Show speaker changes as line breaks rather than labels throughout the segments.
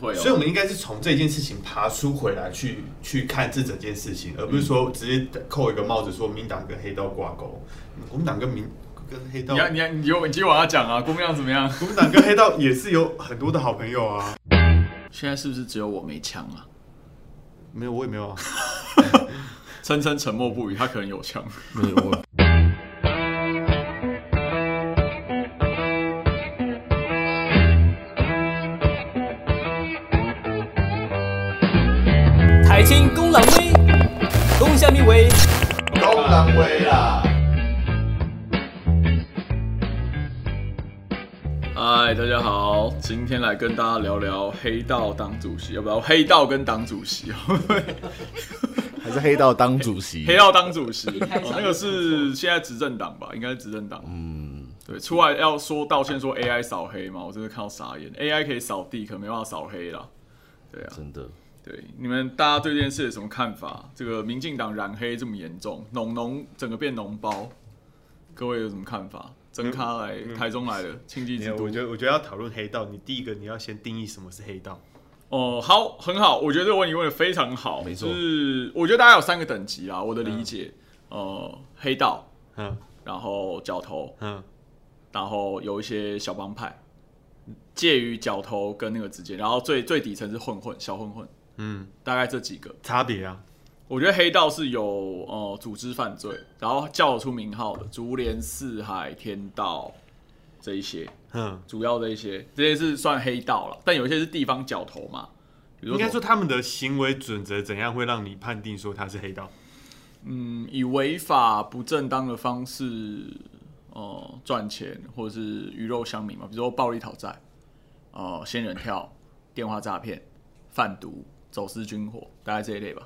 会
所以，
哦。
我们应该是从这件事情爬出回来去，去看这整件事情，而不是说直接扣一个帽子说民党跟黑道挂钩。嗯国民党跟民跟黑道
你，要你要你有你继续往下讲啊，郭明亮怎么样？
国民党跟黑道也是有很多的好朋友啊。
现在是不是只有我没枪啊？
没有，我也没有啊。
琛琛沉默不语，他可能有枪。
没有啊我。
台青公狼威，公虾米威，
公然威啦！
嗨，大家好，今天来跟大家聊聊黑道当主席，要呃不要黑道跟党主 席？
还是黑道当主席，
黑道当主席，
开场
哦、那个是现在执政党吧？应该是执政党。
嗯，
对，出来要说道歉，说 AI 扫黑嘛，我真的看到傻眼。AI 可以扫地，可没办法扫黑啦。对啊，
真的，
对，你们大家对这件事有什么看法？这个民进党染黑这么严重，农农整个变脓包，各位有什么看法？真咖来、台中来的庆
没
忌之
有，
都
我，觉得我觉得要讨论黑道，你第一个你要先定义什么是黑道。
哦，好，很好，我觉得这个问题问的非常好，
没错
就是我觉得大家有三个等级啦，我的理解，呃，黑道，
嗯
然后角头，
嗯，
然后有一些小帮派，介于角头跟那个之间，然后最最底层是混混、小混混，
嗯，
大概这几个。
差别啊，
我觉得黑道是有呃组织犯罪，然后叫得出名号的，竹联、四海、天道这一些，
嗯，
主要的一些，这些是算黑道了，但有一些是地方角头嘛，比如
应
说
该说他们的行为准则怎样会让你判定说他是黑道？
嗯，以违法不正当的方式，呃，赚钱或者是鱼肉乡民嘛，比如说暴力讨债，呃，仙人跳、电话诈骗、贩毒、走私军火，大概这一类吧。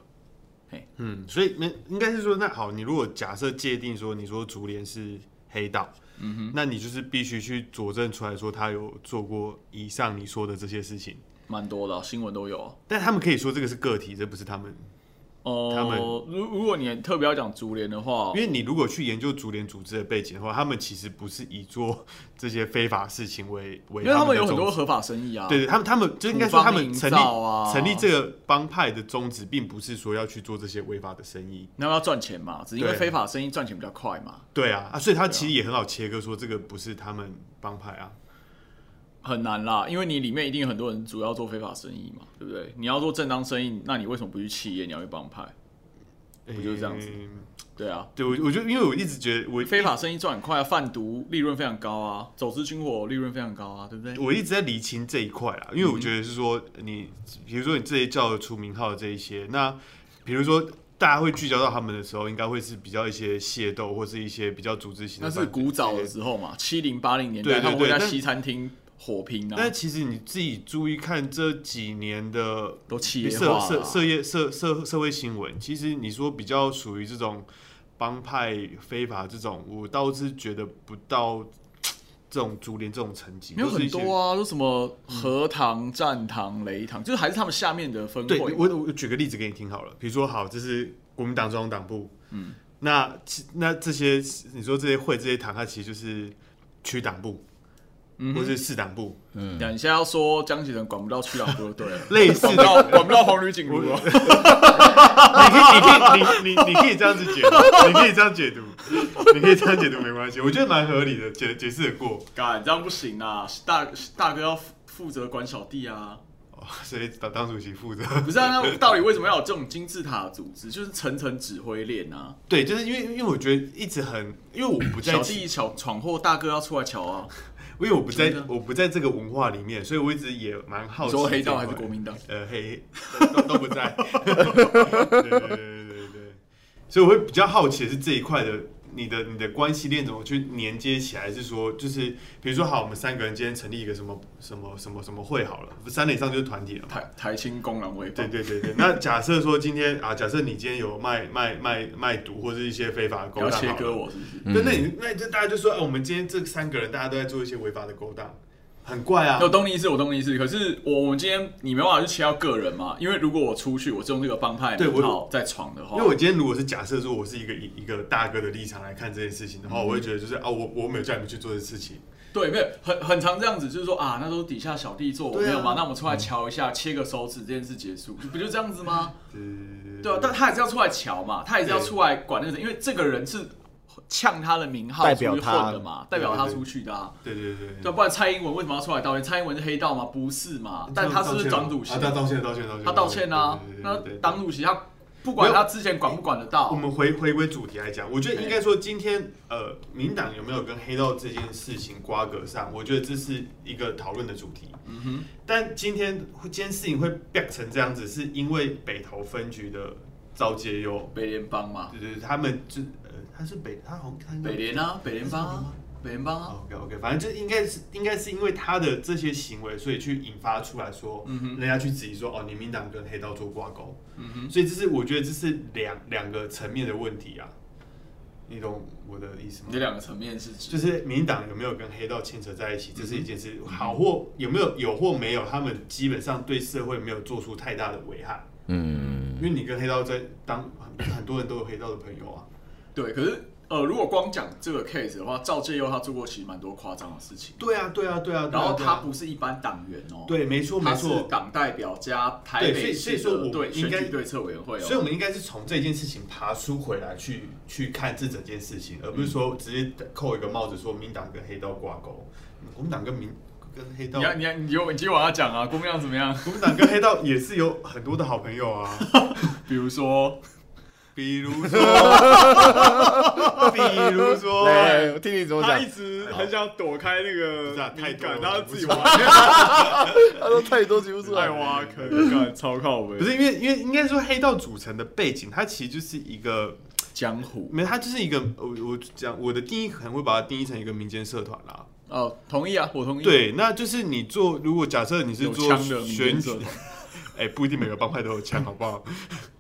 嗯，所以没应该是说，那好，你如果假设界定说，你说竹联是黑道，嗯哼，那你就是必须去佐证出来说他有做过以上你说的这些事情，
蛮多的啊、新闻都有啊。
但他们可以说这个是个体，这不是他们，
哦、
他们
如如果你特别要讲竹联的话
因，为你如果去研究竹联组织的背景的话，他们其实不是以做 这些非法事情为为
因为他们
的
有很
宗
多
旨
合法生意啊，
对对，他们他们就应该说他们成立、
土方营造啊
成立这个帮派的宗旨，并不是说要去做这些违法的生意。
那要赚钱嘛，只是因为
对
非法生意赚钱比较快嘛，
对啊，啊，所以他其实也很好切割，说这个不是他们帮派啊。
很难啦，因为你里面一定有很多人主要做非法生意嘛，对不对？你要做正当生意，那你为什么不去企业，你要去帮派？
不
就是这样子对啊，
对，我我就因为我一直觉得我
非法生意赚很快啊，贩毒利润非常高啊，走私军火利润非常高啊，对不对？
我一直在厘清这一块啦，因为我觉得是说你，比如说你这些叫得出名号的这一些，那比如说大家会聚焦到他们的时候，应该会是比较一些械斗或是一些比较组织型
那
的
是
犯罪之类的。
古早的时候嘛，七零八零年
对
代
对
他们会
对
在
但
西餐厅火拼啊，
但其实你自己注意看这几年的
都企业
社
化
社
了
社
啊。
业社社社会新闻，其实你说比较属于这种帮派非法这种，我倒是觉得不到这种竹联这种层级，
没有
都是
很
一些
多啊，就什么
嗯
荷塘、战塘、雷塘，就是还是他们下面的分
对
会嘛。
我，我举个例子给你听好了。比如说，好，这是国民党中央党部，嗯，那其那这些你说这些会这些堂，它其实就是区党部，
嗯哼
或是市党部，，
等一下要说江启臣管不到区长部就对了
类似
管不
的。
到管不到黄旅警如
你可以，你可以，
哦。
你你你可以这样子解读，你可以这样解读，你可以这样解读，没关系，我觉得蛮合理的，解解释得过。
干这样不行啊，大大哥要负负责管小弟啊。
哦 所以党党主席负责。
不是啊，那到底为什么要有这种金字塔组织？就是层层指挥链啊。
对，就是因为因为我觉得一直很，因为我不在
小弟小闯祸，大哥要出来瞧啊！
因为我不在
真的
我不在这个文化里面，所以我一直也蛮好
你
奇。
说黑道还是国？民党？
呃，黑都都都不在。 对对对对对对。所以我会比较好奇的是这一块的，你的你的关系链怎么去连接起来？是说，就是比如说，好，我们三个人今天成立一个什么什么什么什么会好了，三点以上就是团体了嘛。
台台青公然违
对
法，
对对对，那假设说今天啊，假设你今天有卖卖卖卖毒或者一些非法的
不
勾
要
当好了，
切割我是嗯不是？
对，那你那就大家就说，哎、我们今天这三个人大家都在做一些违法的勾当，很怪啊
我。懂你意思，我懂你意思。可是我我们今天你没办法去切到个人嘛，因为如果我出去，我是用这个帮派
对我
名号在闯的话
因为，我今天如果是假设说
嗯
我是一个一一个大哥的立场来看这件事情的话，我会觉得就是啊，我我没有叫你们去做的事情，
对，没有很很常这样子，就是说啊，那都是底下小弟做，我
对啊
没有嘛，那我们出来瞧一下，切个手指，这件事结束，不就这样子吗？
嗯对
对啊，但他还是要出来瞧嘛，他还是要
对
出来管那个人，因为这个人是呛他的名号
代
出去
表
混
他
的嘛，代表他出去的啊。
对嗯对对对
对啊，不然蔡英文为什么要出来道歉？蔡英文是黑道吗？不是嘛？啊
嗯
但他是不是党主席
啊？他道歉，道歉，道歉，
他道歉啊
对。对
那
对对对
党主席他不管
没有嗯
他之前管不管得到
我，们回回归主题来讲，我觉得应该说今天呃，民党有没有跟黑道这件事情瓜葛上？我觉得这是一个讨论的主题。嗯哼。但今天会今天事情会变成这样子，是因为北投分局的赵介佑，
北联邦嘛，
对对，他们就呃，他是北，他好像他应该
北联啊，北联邦
嗯
啊，北联邦啊，
OK OK，反正就应该是应该是因为他的这些行为，所以去引发出来说，人家去质疑说，哦，你民党跟黑道做挂钩，所以这是我觉得这是两两个层面的问题啊，你懂我的意思吗
你？两个层面是指
就是民党有没有跟黑道牵扯在一起，这是一件事，好或有没有有或没有，他们基本上对社会没有做出太大的危害，
嗯，
因为你跟黑道在当很很多人都有黑道的朋友啊，
对，可是呃，如果光讲这个 case 的话，赵介佑他做过其实蛮多夸张的事情，
对啊对啊对啊，对啊
然后
对
他
啊
不是一般党员哦，，
对，没错没
他是
错，
党代表加台
对所
北
以所以
市
说我
的对
应
选
该
举对策委员会哦，
所以，我们应该是从这件事情爬出回来去去看这整件事情，而不是说直接扣一个帽子说民党跟黑道挂钩。国民党跟民跟黑道
你，要你要你就你继续往下讲啊，公亮怎么样？
国民党跟黑道也是有很多的好朋友啊，
比如说，
比如说，比如说，
来，我听你怎么
他
讲
一。直很想躲开那
不
个
是啊太
敏
多了
感，
我
他
不
自
知
己
道
挖，
他说太多举不啊出
爱
来。
挖坑，干超靠背，
不是因为因为应该说黑道组成的背景，它其实就是一个
江湖
没有，它就是一个我我讲我的定义可能会把它定义成一个民间社团啦。
哦，同意啊，我同意，，
对，那就是你做，如果假设你是
有
做
枪的民
选
间
举
社，
哎、不一定每个帮派都有枪，好不好？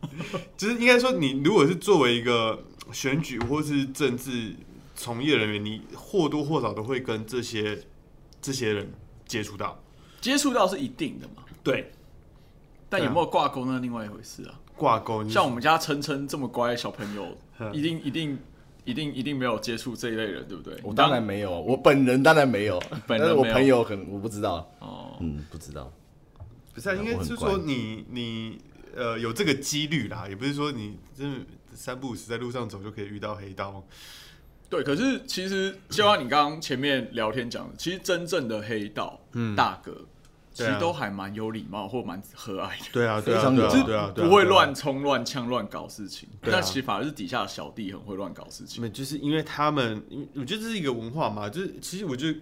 就是应该说，你如果是作为一个选举或是政治从业人员，你或多或少都会跟这些这些人接触到。
接触到是一定的嘛，
对，
但
对啊
有没有挂钩那是另外一回事啊。
挂钩。
像我们家琛琛这么乖的小朋友，
嗯
一定一定一定一定没有接触这一类人，对不对？
我当然没有，我本人当然没有，
本人
但是我
没有
朋友可能我不知道，
哦，
嗯，不知道。
不是、啊，应该是
我
说
很乖
你你呃有这个几率啦，也不是说你真的三不五时在路上走就可以遇到黑道。
对。可是其实就像你刚刚前面聊天讲的，其实真正的黑道、大哥，其
嗯对啊
实都还蛮有礼貌或蛮和蔼的。
对啊，
非常有
对啊，对啊
不会乱冲、乱呛、乱搞事情，
对啊
那其实反而是底下的小弟很会乱搞事情。
没，就是因为他们，因为我觉得这是一个文化嘛，就是其实我觉得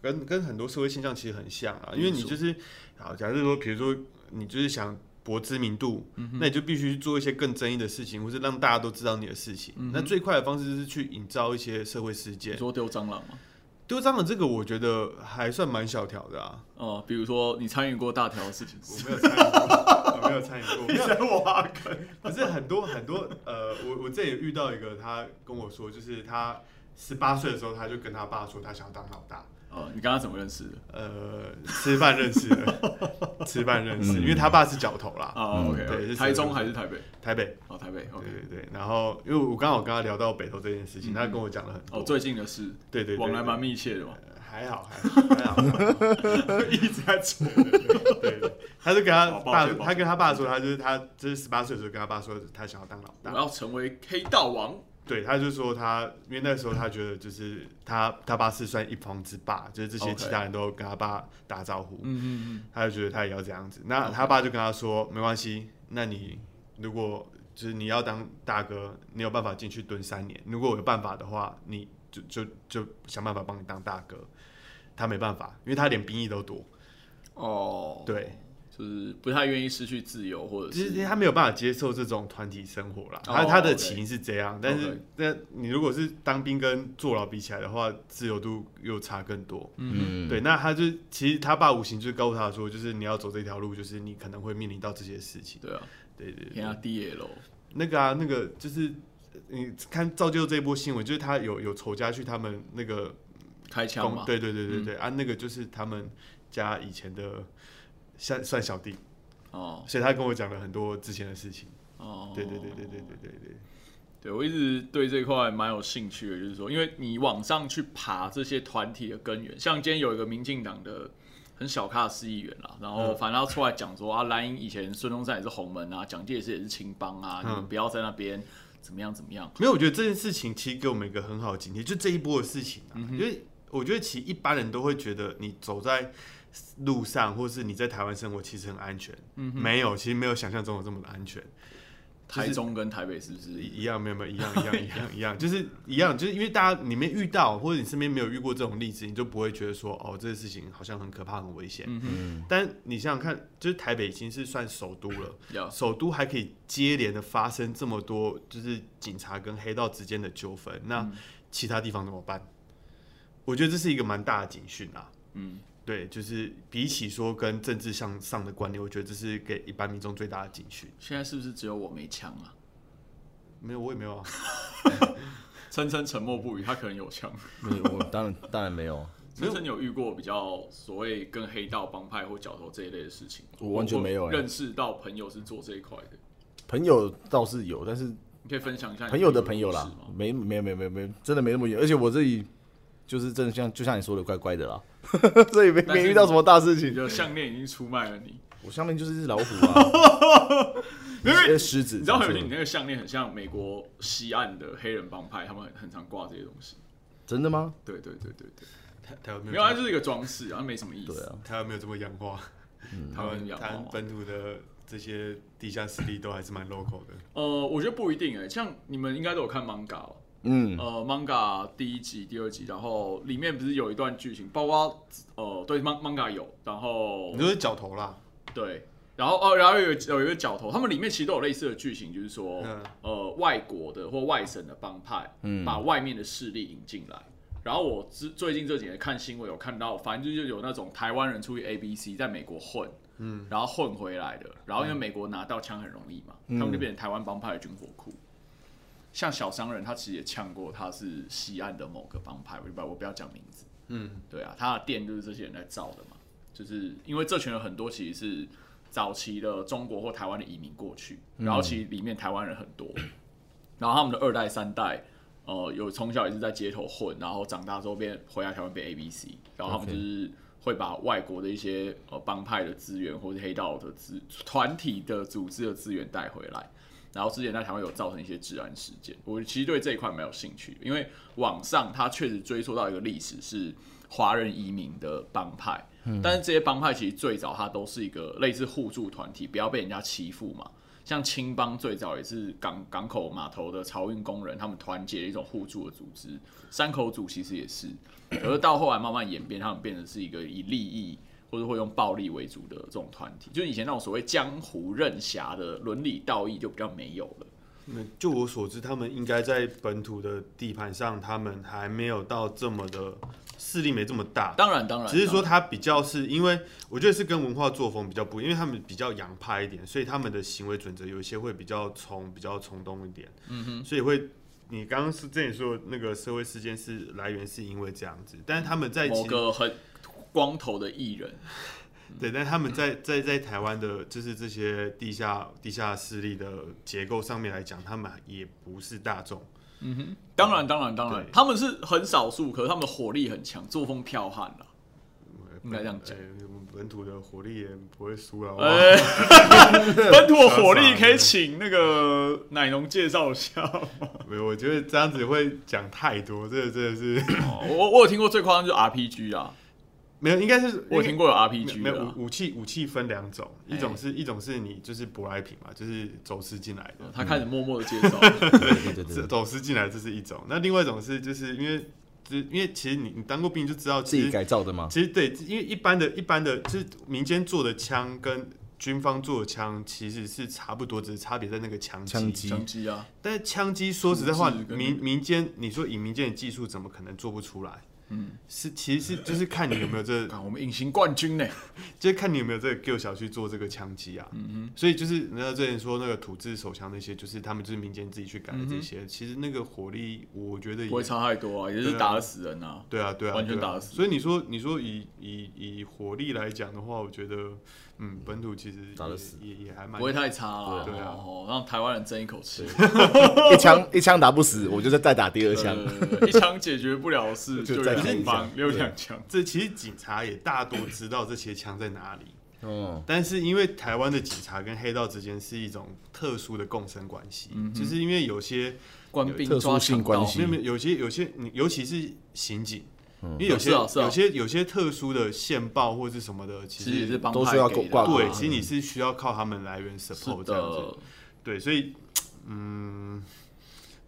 跟跟很多社会现象其实很像啊，因为你就是好，假设说，比如说你就是想博知名度，那你就必须去做一些更争议的事情，或是让大家都知道你的事情。那最快的方式就是去营造一些社会事
你
件。
说丢蟑螂吗？
丢蟑螂这个，我觉得还算蛮小条的啊，
哦、比如说你参与过大条的事情，
我没有参与过，我没有参与过，没有
我挖坑，
可是很多很多呃， 我我这也遇到一个，他跟我说，就是他十八岁的时候，他就跟他爸说他想要当老大。
哦，你跟他怎么认识的？
呃，吃饭认识的， 吃饭认识，
嗯
因为他爸是角头啦，
啊、
嗯
o k
对是
台中还是台北？
台北。
哦，台北
对
，OK。
对对，然后因为我刚好跟他聊到北投这件事情，他跟我讲了很多。
哦，最近的事，
对对对
往来蛮密切的嘛。
呃还好还好还好， 一直在错。对，对他就跟他
好抱
爸，
歉抱歉
他跟他爸说，他就是他就是十八岁的时候跟他爸说，他想要当老
我
大。
要成为黑道王，
对，他就说他，因为那时候他觉得就是他他爸是算一方之霸，就是这些
OK
其他人都跟他爸打招呼
嗯嗯
他就觉得他也要这样子。那
OK
他爸就跟他说，没关系，那你如果就是你要当大哥，你有办法进去蹲三年，如果我有办法的话，你就就就想办法帮你当大哥。他没办法，因为他连兵役都躲，
嗯，哦，，
对，
就是不太愿意失去自由，或者
其实
是
他没有办法接受这种团体生活啦。
哦
他他的
OK
起因是这样，但是
OK
那你如果是当兵跟坐牢比起来的话，自由度又差更多。
嗯，
对，那他就其实他爸无形就是告诉他说，就是你要走这条路，就是你可能会面临到这些事情。
对啊，
对对
给
对，
他 DL，
那个啊，那个就是呃你看造就这一波新闻，就是他有有仇家去他们那个
开枪嘛，
对对对对对、啊，那个就是他们家以前的算算小弟，
哦
所以他跟我讲了很多之前的事情。
哦，
对对对对对对对对。
对我一直对这块蛮有兴趣的，就是说，因为你往上去爬这些团体的根源，像今天有一个民进党的很小咖的市议员啦，然
嗯
后反正他出来讲说啊，蓝营以前孙中山也是红门啊，蒋介石也是青帮啊，你们不要在那边怎么样怎么样。
没有，我觉得这件事情其实给我们一个很好的警惕，就这一波的事情啊，因为我觉得其实一般人都会觉得你走在路上，或是你在台湾生活，其实很安全。嗯，没有，其实没有想象中的这么的安全。
台中跟台北是不是？
一一样没有没有一样一样一样一样，就是一样，就是因为大家你没遇到，或者你身边没有遇过这种例子，你就不会觉得说哦，这个事情好像很可怕、很危险。嗯但你想想看，就是台北已经是算首都了
Yeah
首都还可以接连的发生这么多，就是警察跟黑道之间的纠纷，那
嗯
其他地方怎么办？我觉得这是一个蛮大的警讯啊。
嗯，
对，就是比起说跟政治向上的关联，我觉得这是给一般民众最大的警讯。
现在是不是只有我没枪啊？
没有，我也没有啊。
琛琛沉默不语，他可能有枪。
没有，我当然当然没有啊，
琛琛有遇过比较所谓跟黑道帮派或角头这一类的事情吗？
我完全没有
或
欸
认识到朋友是做这一块的，
朋友倒是有，但是
你可以分享一下你
朋友的朋友
故
啦
事吗，
没没有没有没有没有，真的没那么远，而且我这里就是真的像就像你说的乖乖的啦， 所以没
但是
没遇到什么大事
你
情。
的项链已经出卖了 你。
我上面就是一只老虎啊，
因为
呃狮子，
你知道很有些
狮
你
子
那个项链很像美国西岸的黑人帮派，他们很很常挂这些东西。
真的吗？
对对对对对，
台台湾没有
没有，它就是一个装饰啊，它没什么意思。
对啊，嗯
台湾没有这么洋化，台
台湾
湾
养
台湾
猫啊。
本土的这些地下势力都还是蛮 local 的。
呃，我觉得不一定哎、像你们应该都有看 manga 吧？
嗯，
呃，manga 第一集、第二集，然后里面不是有一段剧情，包括呃，对 man- manga 有，然后
你就是脚头啦，
对，然后哦，然后有有一个角头，他们里面其实都有类似的剧情，就是说，
嗯
呃，外国的或外省的帮派，把外面的势力引进来。然后我之最近这几年看新闻有看到，反正就是有那种台湾人出去 A B C 在美国混，嗯，然后混回来的，然后因为美国拿到枪很容易嘛，他们就变成台湾帮派的军火库。像小商人，他其实也呛过，他是西岸的某个帮派，我就不我不要讲名字，
嗯，
对啊，他的店就是这些人在造的嘛，就是因为这群人很多其实是早期的中国或台湾的移民过去，然后其实里面台湾人很多， 然后他们的二代三代，呃，有从小也是在街头混，然后长大之后变回来台湾变 A B C，然后他们
OK
就是会把外国的一些呃帮派的资源或是黑道的资团体的组织的资源带回来。然后之前在台湾有造成一些治安事件，我其实对这一块蛮有兴趣的，因为网上它确实追溯到一个历史是华人移民的帮派，但是这些帮派其实最早它都是一个类似互助团体，不要被人家欺负嘛。像青帮最早也是港港口码头的漕运工人，他们团结的一种互助的组织。山口组其实也是，可是到后来慢慢演变，他们变成是一个以利益或者会用暴力为主的这种团体。就是以前那种所谓江湖任侠的伦理道义就比较没有了。
就我所知，他们应该在本土的地盘上，他们还没有到这么的势力没这么大。
当然，当然，
只是说
当然
他比较是因为，我觉得是跟文化作风比较不一样，因为他们比较洋派一点，所以他们的行为准则有一些会比较冲、比较冲动一点。嗯哼，所以会，你刚刚是这里说的那个社会事件是来源是因为这样子，但是他们在
某
其
个很光头的艺人，
对，但他们在在在台湾的，就是这些地下地下势力的结构上面来讲，他们也不是大众。
当然，当然，当然
对，
他们是很少数，可是他们的火力很强，作风剽悍啊啦。应该这样讲
呃本土的火力也不会输了。好不好
哎，本土火力可以请那个奶农介绍一下 吗？
没有，我觉得这样子会讲太多，这个真的是
哦我我有听过最夸张就是 RPG 啊，
没有，应该是
我有听过有 RPG
没
的
有
啊，
武武器，武器分两种，
哎
一种是一种是你就是舶来品嘛，就是走私进来的，
啊他开始默默的介绍。
对对 对
这
对，
走私进来这是一种，那另外一种是就是因为就是因为其实你你当过兵就知道，
自
其实
己改造的嘛，
其实对，因为一般的、一般的，就是民间做的枪跟军方做的枪其实是差不多，只是差别在那个枪
枪
机。
击
枪击啊，
但是枪击说实在话，
数字跟
民民间你说以民间的技术，怎么可能做不出来？嗯，是其实是就是看你有没有 这，
看我们隐形冠军呢，
就是看你有没有这个 Q 小去做这个枪击啊。嗯哼，所以就是那之前说那个土制手枪那些，就是他们就是民间自己去改的这些，其实那个火力我觉得也
嗯不会差太多啊，也是
对啊
打得死人啊。
对啊，对啊，
完全
对啊
打死
所以你说，你说以以以火力来讲的话，我觉得嗯，本土其实
打得
也
死
也也还蛮
不会太差啦，
对啊
哦，让台湾人争一口气，
一枪一枪打不死，我就再再打第二
对
枪。
对对一枪解决不了的事，
就
就
再
有
开一
人帮
枪
留两枪，
这其实警察也大多知道这些枪在哪里，
呃哦
嗯，
但是因为台湾的警察跟黑道之间是一种特殊的共生关系，
嗯
就是因为有些
官兵
特殊
抓
性
强
关
盗
系
没有没有有些有些，你尤其是刑警，因为有些
是啊是啊
有些有些特殊的线报或是什么的，其
其实也是
实
帮
都
派
是要
给的
挂
对，
啊
其实你是需要靠他们来源
是
support 哦这样
的
子，，对，所以嗯，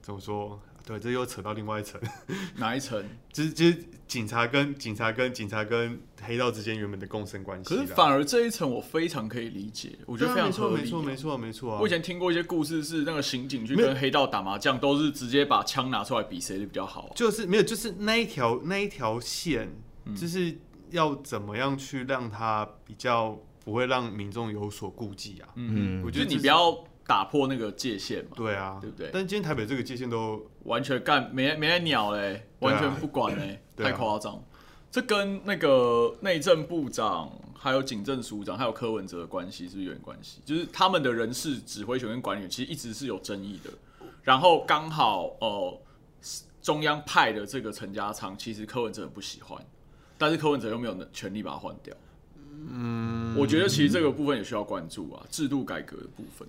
怎么说？对，这又扯到另外一层，
哪一层？
就是就是警察跟警察跟警察跟黑道之间原本的共生关系
可
啦。
是反而这一层我非常可以理解，我觉得非
对啊没
常
错
合
没
理
错
啊。
没错没错啊！
我以前听过一些故事，是那个刑警去
没有
跟黑道打麻将，都是直接把枪拿出来比谁的比较好啊、
就是没有，就是那一条那一条线，
嗯
就是要怎么样去让它比较不会让民众有所顾忌啊。嗯，我觉
就
得
是
这
你不要打破那个界限嘛，
对啊，
对不对
但今天台北这个界限都
完全干没没在鸟嘞，
对啊
完全不管嘞，
对啊
太夸张。这跟那个内政部长、还有警政署长、还有柯文哲的关系是不是有点关系？就是他们的人事指挥权跟管理权其实一直是有争议的。然后刚好呃，中央派的这个陈家昌，其实柯文哲很不喜欢，但是柯文哲又没有能权利把他换掉。嗯，我觉得其实这个部分也需要关注啊，制度改革的部分。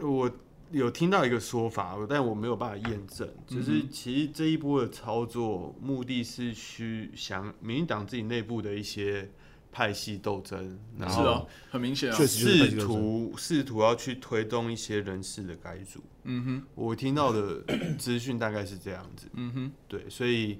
我有听到一个说法，但我没有办法验证，
嗯
就是其实这一波的操作目的是去想民进党自己内部的一些派系斗争，然
是
后
啊，很明显啊
确，实就是派
试
系斗争
图试图要去推动一些人事的改组。
嗯哼。
我听到的 资讯大概是这样子，
嗯哼，
对，所以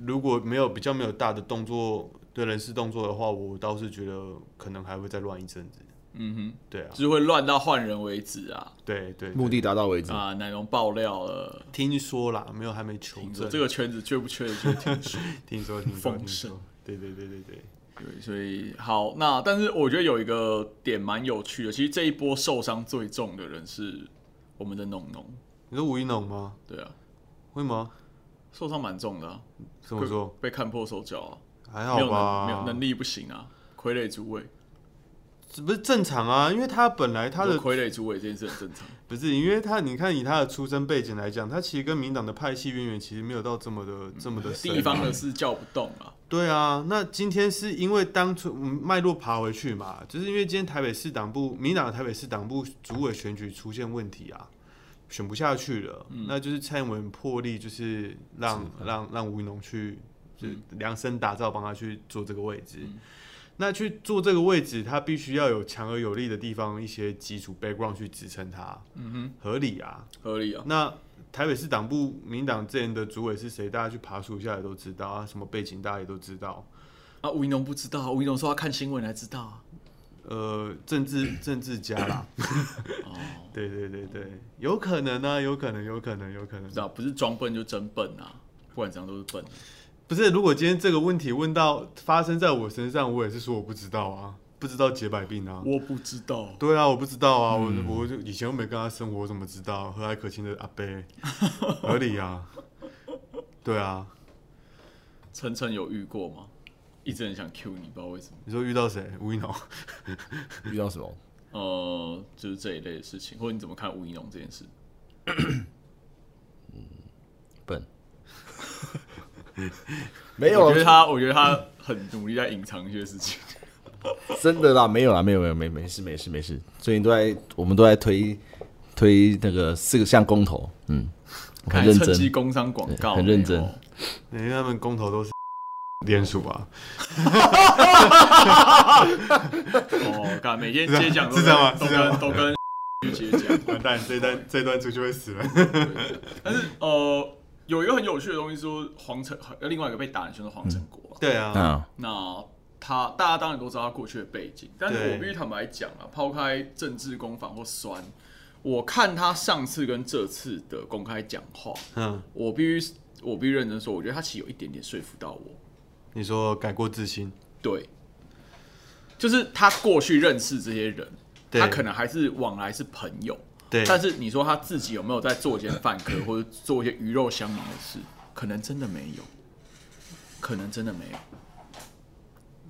如果没有比较没有大的动作对人事动作的话，我倒是觉得可能还会再乱一阵子，
嗯哼，
对啊
就，是会乱到换人为止啊！
对对，
目的达到为止。
啊，奶龙爆料了，
听说啦，没有还没求
听说
证，
这个圈子缺不缺就 听说。
听 说听说
丰
听
盛
说，对对对对对，
对，所以好，那但是我觉得有一个点蛮有趣的，其实这一波受伤最重的人是我们的农农，
你说吴一农吗？
对啊，
会吗？
受伤蛮重的、啊，
怎么说？
被看破手脚啊，
还好
没有
吧，
能没有能力不行啊，傀儡主委，
这不是正常啊，因为他本来他
有
的
傀儡主委这件事很正常，
不是，因为他你看以他的出身背景来讲，他其实跟民党的派系渊源其实没有到这么的这么的深
地方的事叫不动啊，
对啊，那今天是因为当初嗯脉络爬回去嘛，就是因为今天台北市党部民党的台北市党部主委选举出现问题啊，选不下去了，那就是蔡英文破例就是让让让吴怡农去就量身打造帮他去做这个位置。那去做这个位置，他必须要有强而有力的地方，一些基础 background 去支撑他，嗯哼，合理啊。
合理啊，
那台北市党部民党之前的主委是谁？大家去爬书一下也都知道啊，什么背景大家也都知道。
啊，吴怡农不知道啊，吴怡农说他看新闻才知道啊，
呃，政 治政治家啦，
哦
对对对对，有可能啊，有可能，有可能，有可能
不知。道不是装笨就真笨啊，不管怎样都是笨啊、
不是，如果今天这个问题问到发生在我身上，我也是说我不知道啊，不知道解百病啊。
我嗯不知道，
对啊，我不知道啊，我我就以前又没跟他生活，我怎么知道？和蔼可亲的阿 伯，合理啊。对啊，
晨晨有遇过吗？一直很想 Q 你，不知道为什么。
你说遇到谁？吴一农。
遇到什么？
呃，就是这一类的事情，或者你怎么看吴一农这件事？
笨。没有
哦
我觉得
啊，
他，我觉得他很努力在隐藏一些 事情。
真的啦，没有啦，没有没有没没事没事没事，最近都在我们都在推推那个四个项公投，嗯，我
看
很认
趁机
真，
工商广告，
很认真
哎呦
因为他们公投都 是联署吧？
哦，看 每天接奖都跟
是这样吗
都
是这样吗
跟都跟 去接奖。
完蛋，这一段这一段出去会死人。
但是呃，有一个很有趣的东西，说黄成，另外一个被打的就是黄成国啊。
对啊，
啊，
那他大家当然都知道他过去的背景，但是
对
我必须坦白讲啊，抛开政治攻防或酸，我看他上次跟这次的公开讲话，
嗯，
我必须我必须认真说，我觉得他其实有一点点说服到我。
你说改过自新，
对，就是他过去认识这些人，
对
他可能还是往来是朋友，
对
但是你说他自己有没有在做一些饭科或者做一些鱼肉乡民的事，可能真的没有，可能真的没有。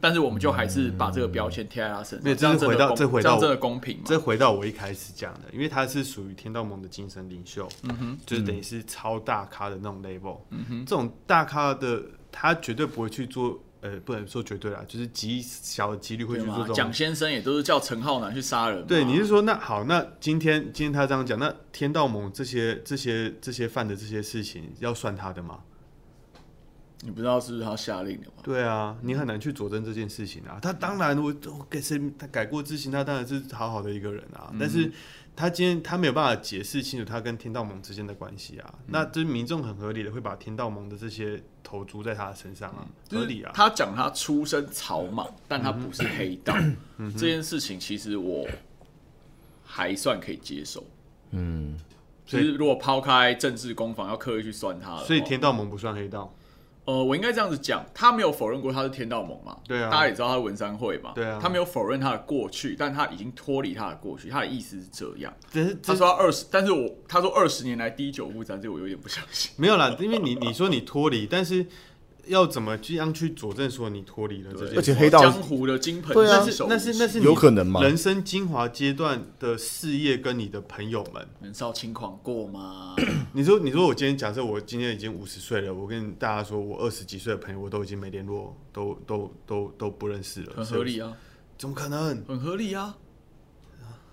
但是我们就还是把这个标签贴在他身
嗯没有
上，
这
样
是
真
回
的
到
公
这回
这样
到
真的公平吗？
这回到我一开始讲的，因为他是属于天道盟的精神领袖，嗯哼，就是等于是超大咖的那种 level，嗯哼，这种大咖的他绝对不会去做，呃，不能说绝对啦，就是极小的几率会
对
去做
吗
这？种
蒋。先生也都是叫陈浩南去杀人嘛，
对，你是说那好，那今天今天他这样讲，那天道盟这些这些这些犯的这些事情要算他的吗？
你不知道是不是他下令的吗？
对啊，你很难去佐证这件事情啊。他当然我，我给谁他改过自新，他当然是好好的一个人
嗯
啊。但是他今天他没有办法解释清楚他跟天道盟之间的关系啊。
嗯
那这民众很合理的会把天道盟的这些投注在他的身上啊，
嗯
合理啊。嗯
他讲他出身草莽，但他不是黑道，这件事情其实我还算可以接受。嗯，就
所以
是如果抛开政治攻防，要刻意去酸他的话，
所以天道盟不算黑道，
呃，我应该这样子讲，他没有否认过他是天道盟嘛，
对啊
大家也知道他是文山会嘛，
对啊
他没有否认他的过去，但他已经脱离他的过去，他的意思是这样。
但是这
他说他二十，但是我他说二十年来第一九负战，这我有点不相信。
没有啦，因为你你说你脱离，但是要怎么这样去佐证说你脱离了这件事？
而且黑道
江湖的金盆，
对啊
那是那是那是你
有可能吗
人生精华阶段的事业跟你的朋友们，
年少轻狂过吗？
你说，你说我今天假设我今天已经五十岁了，我跟大家说我二十几岁的朋友我都已经没联络，都都都都不认识了，
很合理
啊？
啊。
怎么可能？
很合理啊。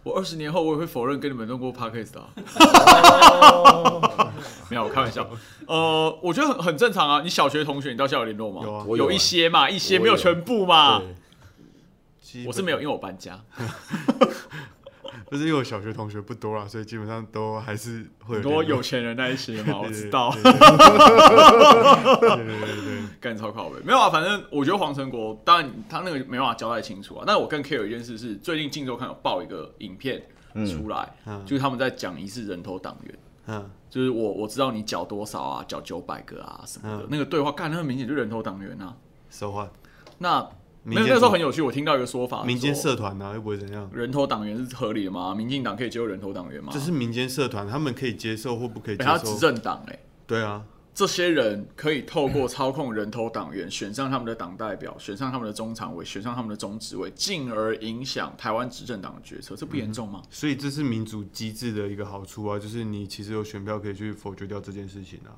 我二十年后我也会否认跟你们弄过 podcast 的啊。
哦
没有，我开玩笑。呃，我觉得很很正常啊。你小学同学，你到现在有联络吗？
有啊
我有啊
一些嘛，一些
我
没有
有
全部嘛。
对
基本
我是没有，，因为我搬家，
不是因为我小学同学不多啦，所以基本上都还是会联
很
络
多有钱人那一些嘛，我
对对
知道
对，对对对对
干超靠北。没有啊，反正我觉得黄成国，当然他那个没办法交代清楚啊。但我更 care 一件事是，最近《镜周刊》有爆一个影片出来，
嗯
就是他们在讲一次人头党员。
嗯，
就是我我知道你缴多少啊，缴九百个啊什么的，
嗯
那个对话干，那个明显就人头党员啊。
收换
那
民
没
间
有那时候很有趣，我听到一个说法，
民间
说
社团呢、又不会怎样，
人头党员是合理的吗？民进党可以接受人头党员吗？
这是民间社团，他们可以接受或不可以接
被他执
受？
政党哎、
对啊，
这些人可以透过操控人头党员，选上他们的党代表，选上他们的中常委，选上他们的中执委，进而影响台湾执政党的决策，这不严重吗？
所以这是民主机制的一个好处啊，就是你其实有选票可以去否决掉这件事情啊。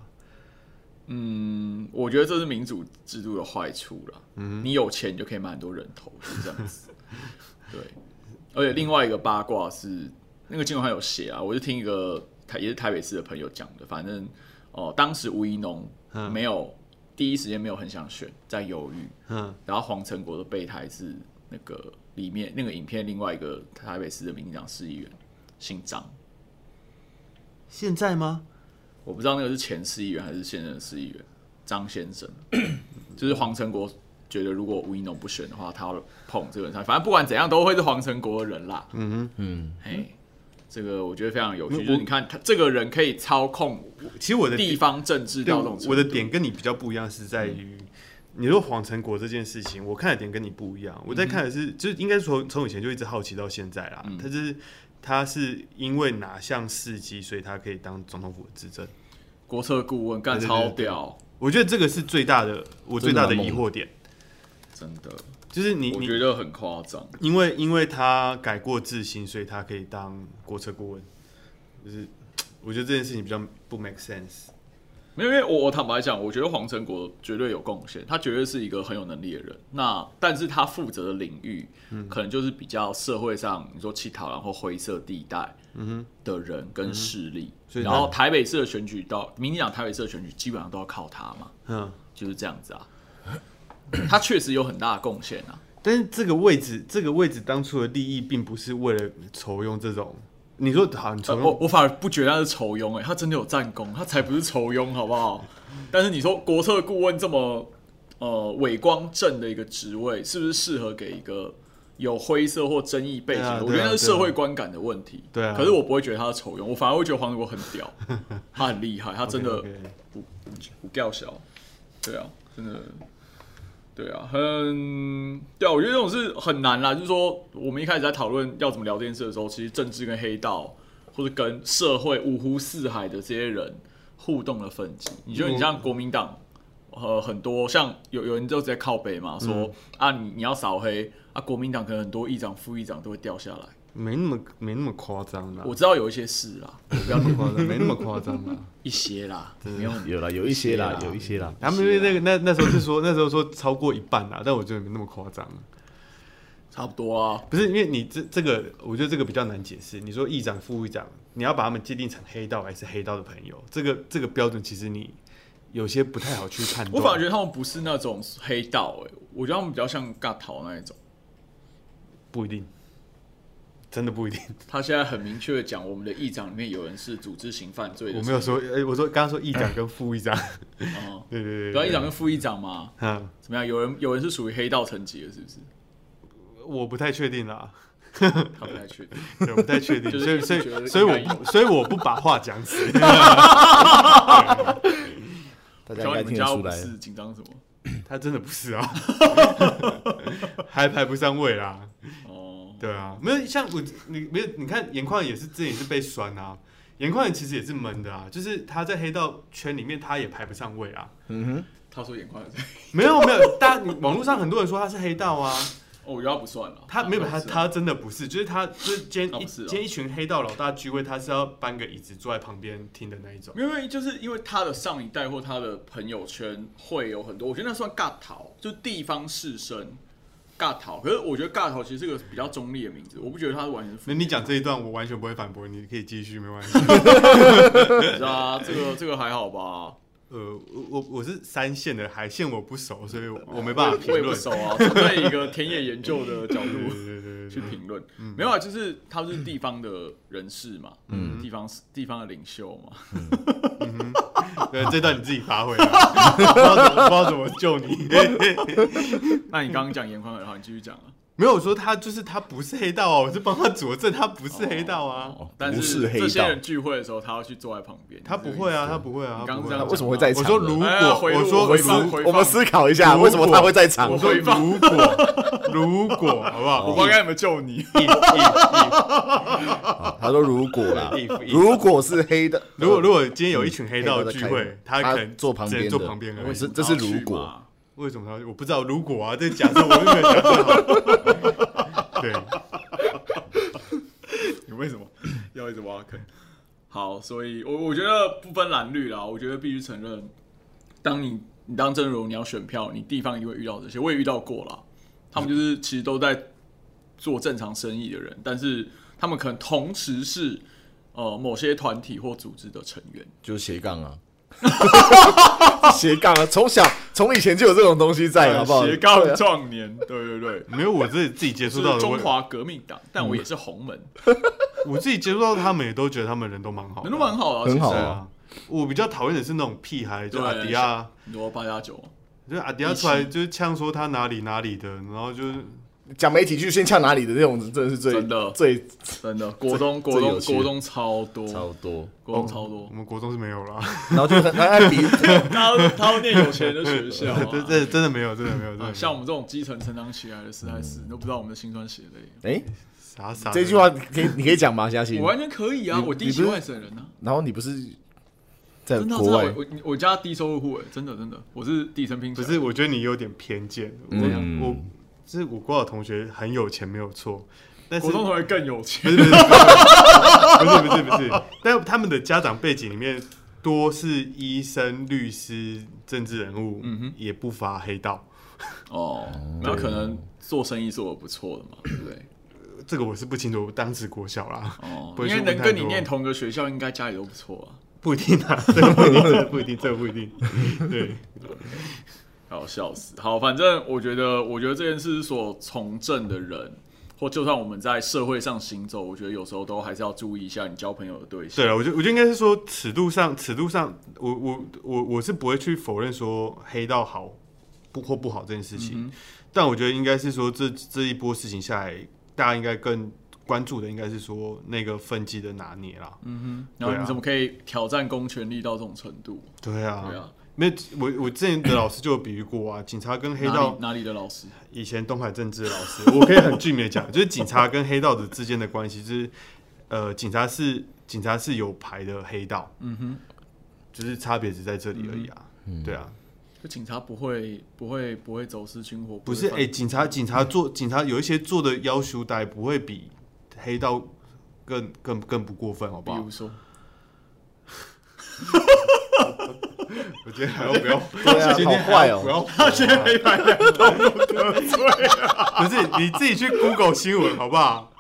嗯，我觉得这是民主制度的坏处了。你有钱就可以买很多人头，是这样子。对，而且另外一个八卦是，那个金融还有写啊，我就听一个台也是台北市的朋友讲的，反正哦、当时吴怡农
嗯
没有、第一时间没有很想选，在犹豫，
嗯，
然后黄成国的备胎是那个里面那个影片另外一个台北市的民进党市议员，姓张，
现在吗？
我不知道那个是前市议员还是现任市议员张先生， 就是黄成国觉得如果吴一农不选的话，他要捧这个人上去，反正不管怎样都会是黄成国的人啦。嗯嗯，嘿，这个我觉得非常有趣，就是你看他这个人可以操控
其实我的
地方政治
对
到这种程度
我的点跟你比较不一样，是在于、你说黄成国这件事情，我看的点跟你不一样。我在看的是，就是应该从从以前就一直好奇到现在啦。他就是他是因为哪项事迹，所以他可以当总统府的执政。
国策顾问干
对对
超
对对
屌，
我觉得这个是最大的我最大的
真的蛮
疑
猛
惑点，
真的，
就是你
我
你
觉得很夸张。
因为因为他改过自新，所以他可以当国策顾问。就是我觉得这件事情比较不 make sense。
没有，因为我我坦白讲，我觉得黄成国绝对有贡献，他绝对是一个很有能力的人。那但是他负责的领域，
嗯
可能就是比较社会上你说乞讨然后灰色地带的人跟势力。
嗯所以他
然后台北市的选举到民进党台北市的选举基本上都要靠他嘛，
嗯。
就是这样子啊。他确实有很大的贡献啊，
但是这个位置，这个位置当初的利益并不是为了酬庸这种。你说好，你
呃
酬
我
庸，
我反而不觉得他是仇庸哎、他真的有战功，他才不是仇庸好不好？但是你说国策顾问这么呃伟光正的一个职位，是不是适合给一个有灰色或争议背景的？
对啊
我觉
对
得
啊
那是社会观感的问题。
对啊
可是我不会觉得他是仇庸，我反而会觉得黄国很屌，他很厉害，他真的
OK，OK
不不不吊小，对啊，真的。对啊，很对啊，我觉得这种是很难啦。就是说，我们一开始在讨论要怎么聊这件事的时候，其实政治跟黑道，或者跟社会五湖四海的这些人互动的分歧。你觉得你像国民党呃很多像有有人就直接靠北嘛，说、啊你你要扫黑啊，国民党可能很多议长、副议长都会掉下来。
没那么没那么夸张啦，
我知道有一些事啦，我不要
不夸张，没那么夸张啦。
一些啦，没有
有啦，有一些啦，
啊
有一些啦。
他们因为那个那那时候是说那时候说超过一半啦，但我觉得没那么夸张。啊
差不多啊。
不是因为你这这个，我觉得这个比较难解释。你说议长、副议长，你要把他们界定成黑道还是黑道的朋友，这个这个标准其实你有些不太好去判断。
我反而觉得他们不是那种黑道、欸，我觉得他们比较像尬逃那一种。
不一定，真的不一定。
他现在很明确的讲，我们的议长里面有人是组织型犯罪的，
我没有说，哎、我说刚刚说议长跟副议长，
哦，
对对对
对啊，
对，
议长跟副议长嘛，
嗯，
怎么样？有人有人是属于黑道层级的，是不是？
我不太确定 啦，
他不太确定。
对我不太确定，
就是
所以所
觉得
以所以
应该
我不所以我不把话讲死。
大家
小
应
你
该
们
听
家
得出
不
来。
是紧张什么？
他真的不是啊， 还排不上位啦。
哦，
对啊，没有像我你没有你看严宽也是之前也是被酸啊，严宽其实也是闷的啊，就是他在黑道圈里面他也排不上位啊。
嗯哼，
他说眼眶有罪，
没有没 有，大家网络上很多人说他是黑道啊，
哦，我觉得他不算了。
他没有他
不是啊
他真的不是，就是他就是今
他
天一
不是哦
今天一群黑道老大聚会，他是要搬个椅子坐在旁边听的那一种。
因为就是因为他的上一代或他的朋友圈会有很多，我觉得那算尬逃，就地方士绅尬逃。可是我觉得尬逃其实是个比较中立的名字，我不觉得他是完全负
那
面。
你讲这一段我完全不会反驳，你可以继续没关系。
是啊，这个这个还好吧？
呃，我我我是三线的海线我不熟，所以我我没办法评
我也
论。
不熟啊， 从对一个田野研究的
对
角度
对
嗯
对对
去
对，
评论，
嗯
没有啊，就是他是地方的人士嘛，嗯，地方地方的领袖嘛，
对这段你自己发挥啊， 不知道怎么不知道怎么救你。
那你刚刚讲严宽很好，你继续讲啊。
没有我说他就是他不是黑道啊，我是帮他佐证他不是黑道啊，
哦
哦
但
不是黑道
这些人聚会的时候，他要去坐在旁边。
他不会啊，他不会啊，
你
他
刚
不
刚
会
这
啊
样讲
那为什么会在场
我
呢？
说如
哎呀
果
回路
我说
回
我
路
说
回放
我们思考一下，为什么他会在场
我
我？
会
说
放
如 果如果好不好？
我不知道该怎么救你。
if if
他说如果 啦
If- if，
如果是黑的，
如果如果今天
嗯
有一群黑道
黑道在
聚
开
会
门，
他可能
他坐旁边
只
的
能坐旁边而
我
已。
是这是如果
为什么他我不知道？如果啊，这假设我没有假设好。对，
你 为什么 要一直挖坑？好，所以我我觉得不分蓝绿啦，我觉得必须承认，当你你当正如你要选票，你地方一定会遇到这些，我也遇到过啦。他们就是其实都在做正常生意的人，但是他们可能同时是呃某些团体或组织的成员。
就是斜杠啊，斜杠啊，从小从以前就有这种东西在，哎好不好？啊
斜杠壮年，对对对，
没有我自己自己接触
是
到的，
中
我
华革命党，但我也是红门，
嗯
我自己接触到他们也都觉得他们人都蛮好的，
人都蛮好的啊，
很好
对
其
啊。我比较讨厌的是那种屁孩，就
对
阿迪亚，
实。你说八加九，
就是阿迪啊亚出来就是呛说他哪里哪里的，然后就是
哦
讲媒体剧先呛哪里的那种，真的是最
真的
最
真的，国中
这
国中
有趣
国中超多，
多，
国中超多
我，们国中是没有啦，
然后就很还还比
他他要念有钱人的学校啊
这这真的没有，真的没有，真的没
啊，
有
像我们这种基层成长起来的时
嗯
代是，你都不知道我们的辛酸血泪。
哎，
傻傻的
这句话你可以你可以讲吗？嘉欣
我，完全可以啊，
你
我第一
你
期
不是
外省人呢，
然后你不是在
真的啊
国
真的
外
啊，我我我家低收入户，哎，真的真的，我是底层拼起
不
来
是，我觉得你有点偏见，
嗯
我我就是我国小同学很有钱没有错，但是
国中同学更有钱，
不是不是啊不是不是，但他们的家长背景里面多是医生、律师、政治人物，
嗯哼
也不乏黑道。
哦，那可能做生意做的不错的嘛，对不对？
这个我是不清楚，我当时国小啦，
哦，
不
因
会说
为能
不太
跟你
多
念同个学校，应该家里都不错啊。
不一定啊，这个不一定，这个不一定，这个不一定。对，
要笑死！好，反正我觉得，我觉得这件事所从政的人，或就算我们在社会上行走，我觉得有时候都还是要注意一下你交朋友的对象。
对了，我觉得我觉得应该是说尺度上，尺度上，我我我我是不会去否认说黑道好不或不好这件事情，
嗯
但我觉得应该是说这这一波事情下来，大家应该更关注的应该是说那个分际的拿捏啦。
嗯哼，然后
对
你
啊
怎么可以挑战公权力到这种程度？
对啊，
对啊，
没有我我之前的老师就有比喻过 啊，警察跟黑
哪
道
里哪里的老师？
以前东海政治的老师，我可以很具名的 讲，就是警察跟黑道的之间的关系，就是呃，警察是警察是有牌的黑道，
嗯哼，嗯
就是差别只在这里而已啊。对啊，
就警察不会不会不会走私军火，
不是，
哎、
哎、警察警察做警察有一些做的要求歹不会比黑道更更更不过分，好不
比
好
如？说，
我觉得还要不 要？
对啊
今天
好坏哦
不要他今天没买两桶都得罪了。不是，你自己去 Google 新闻好不好？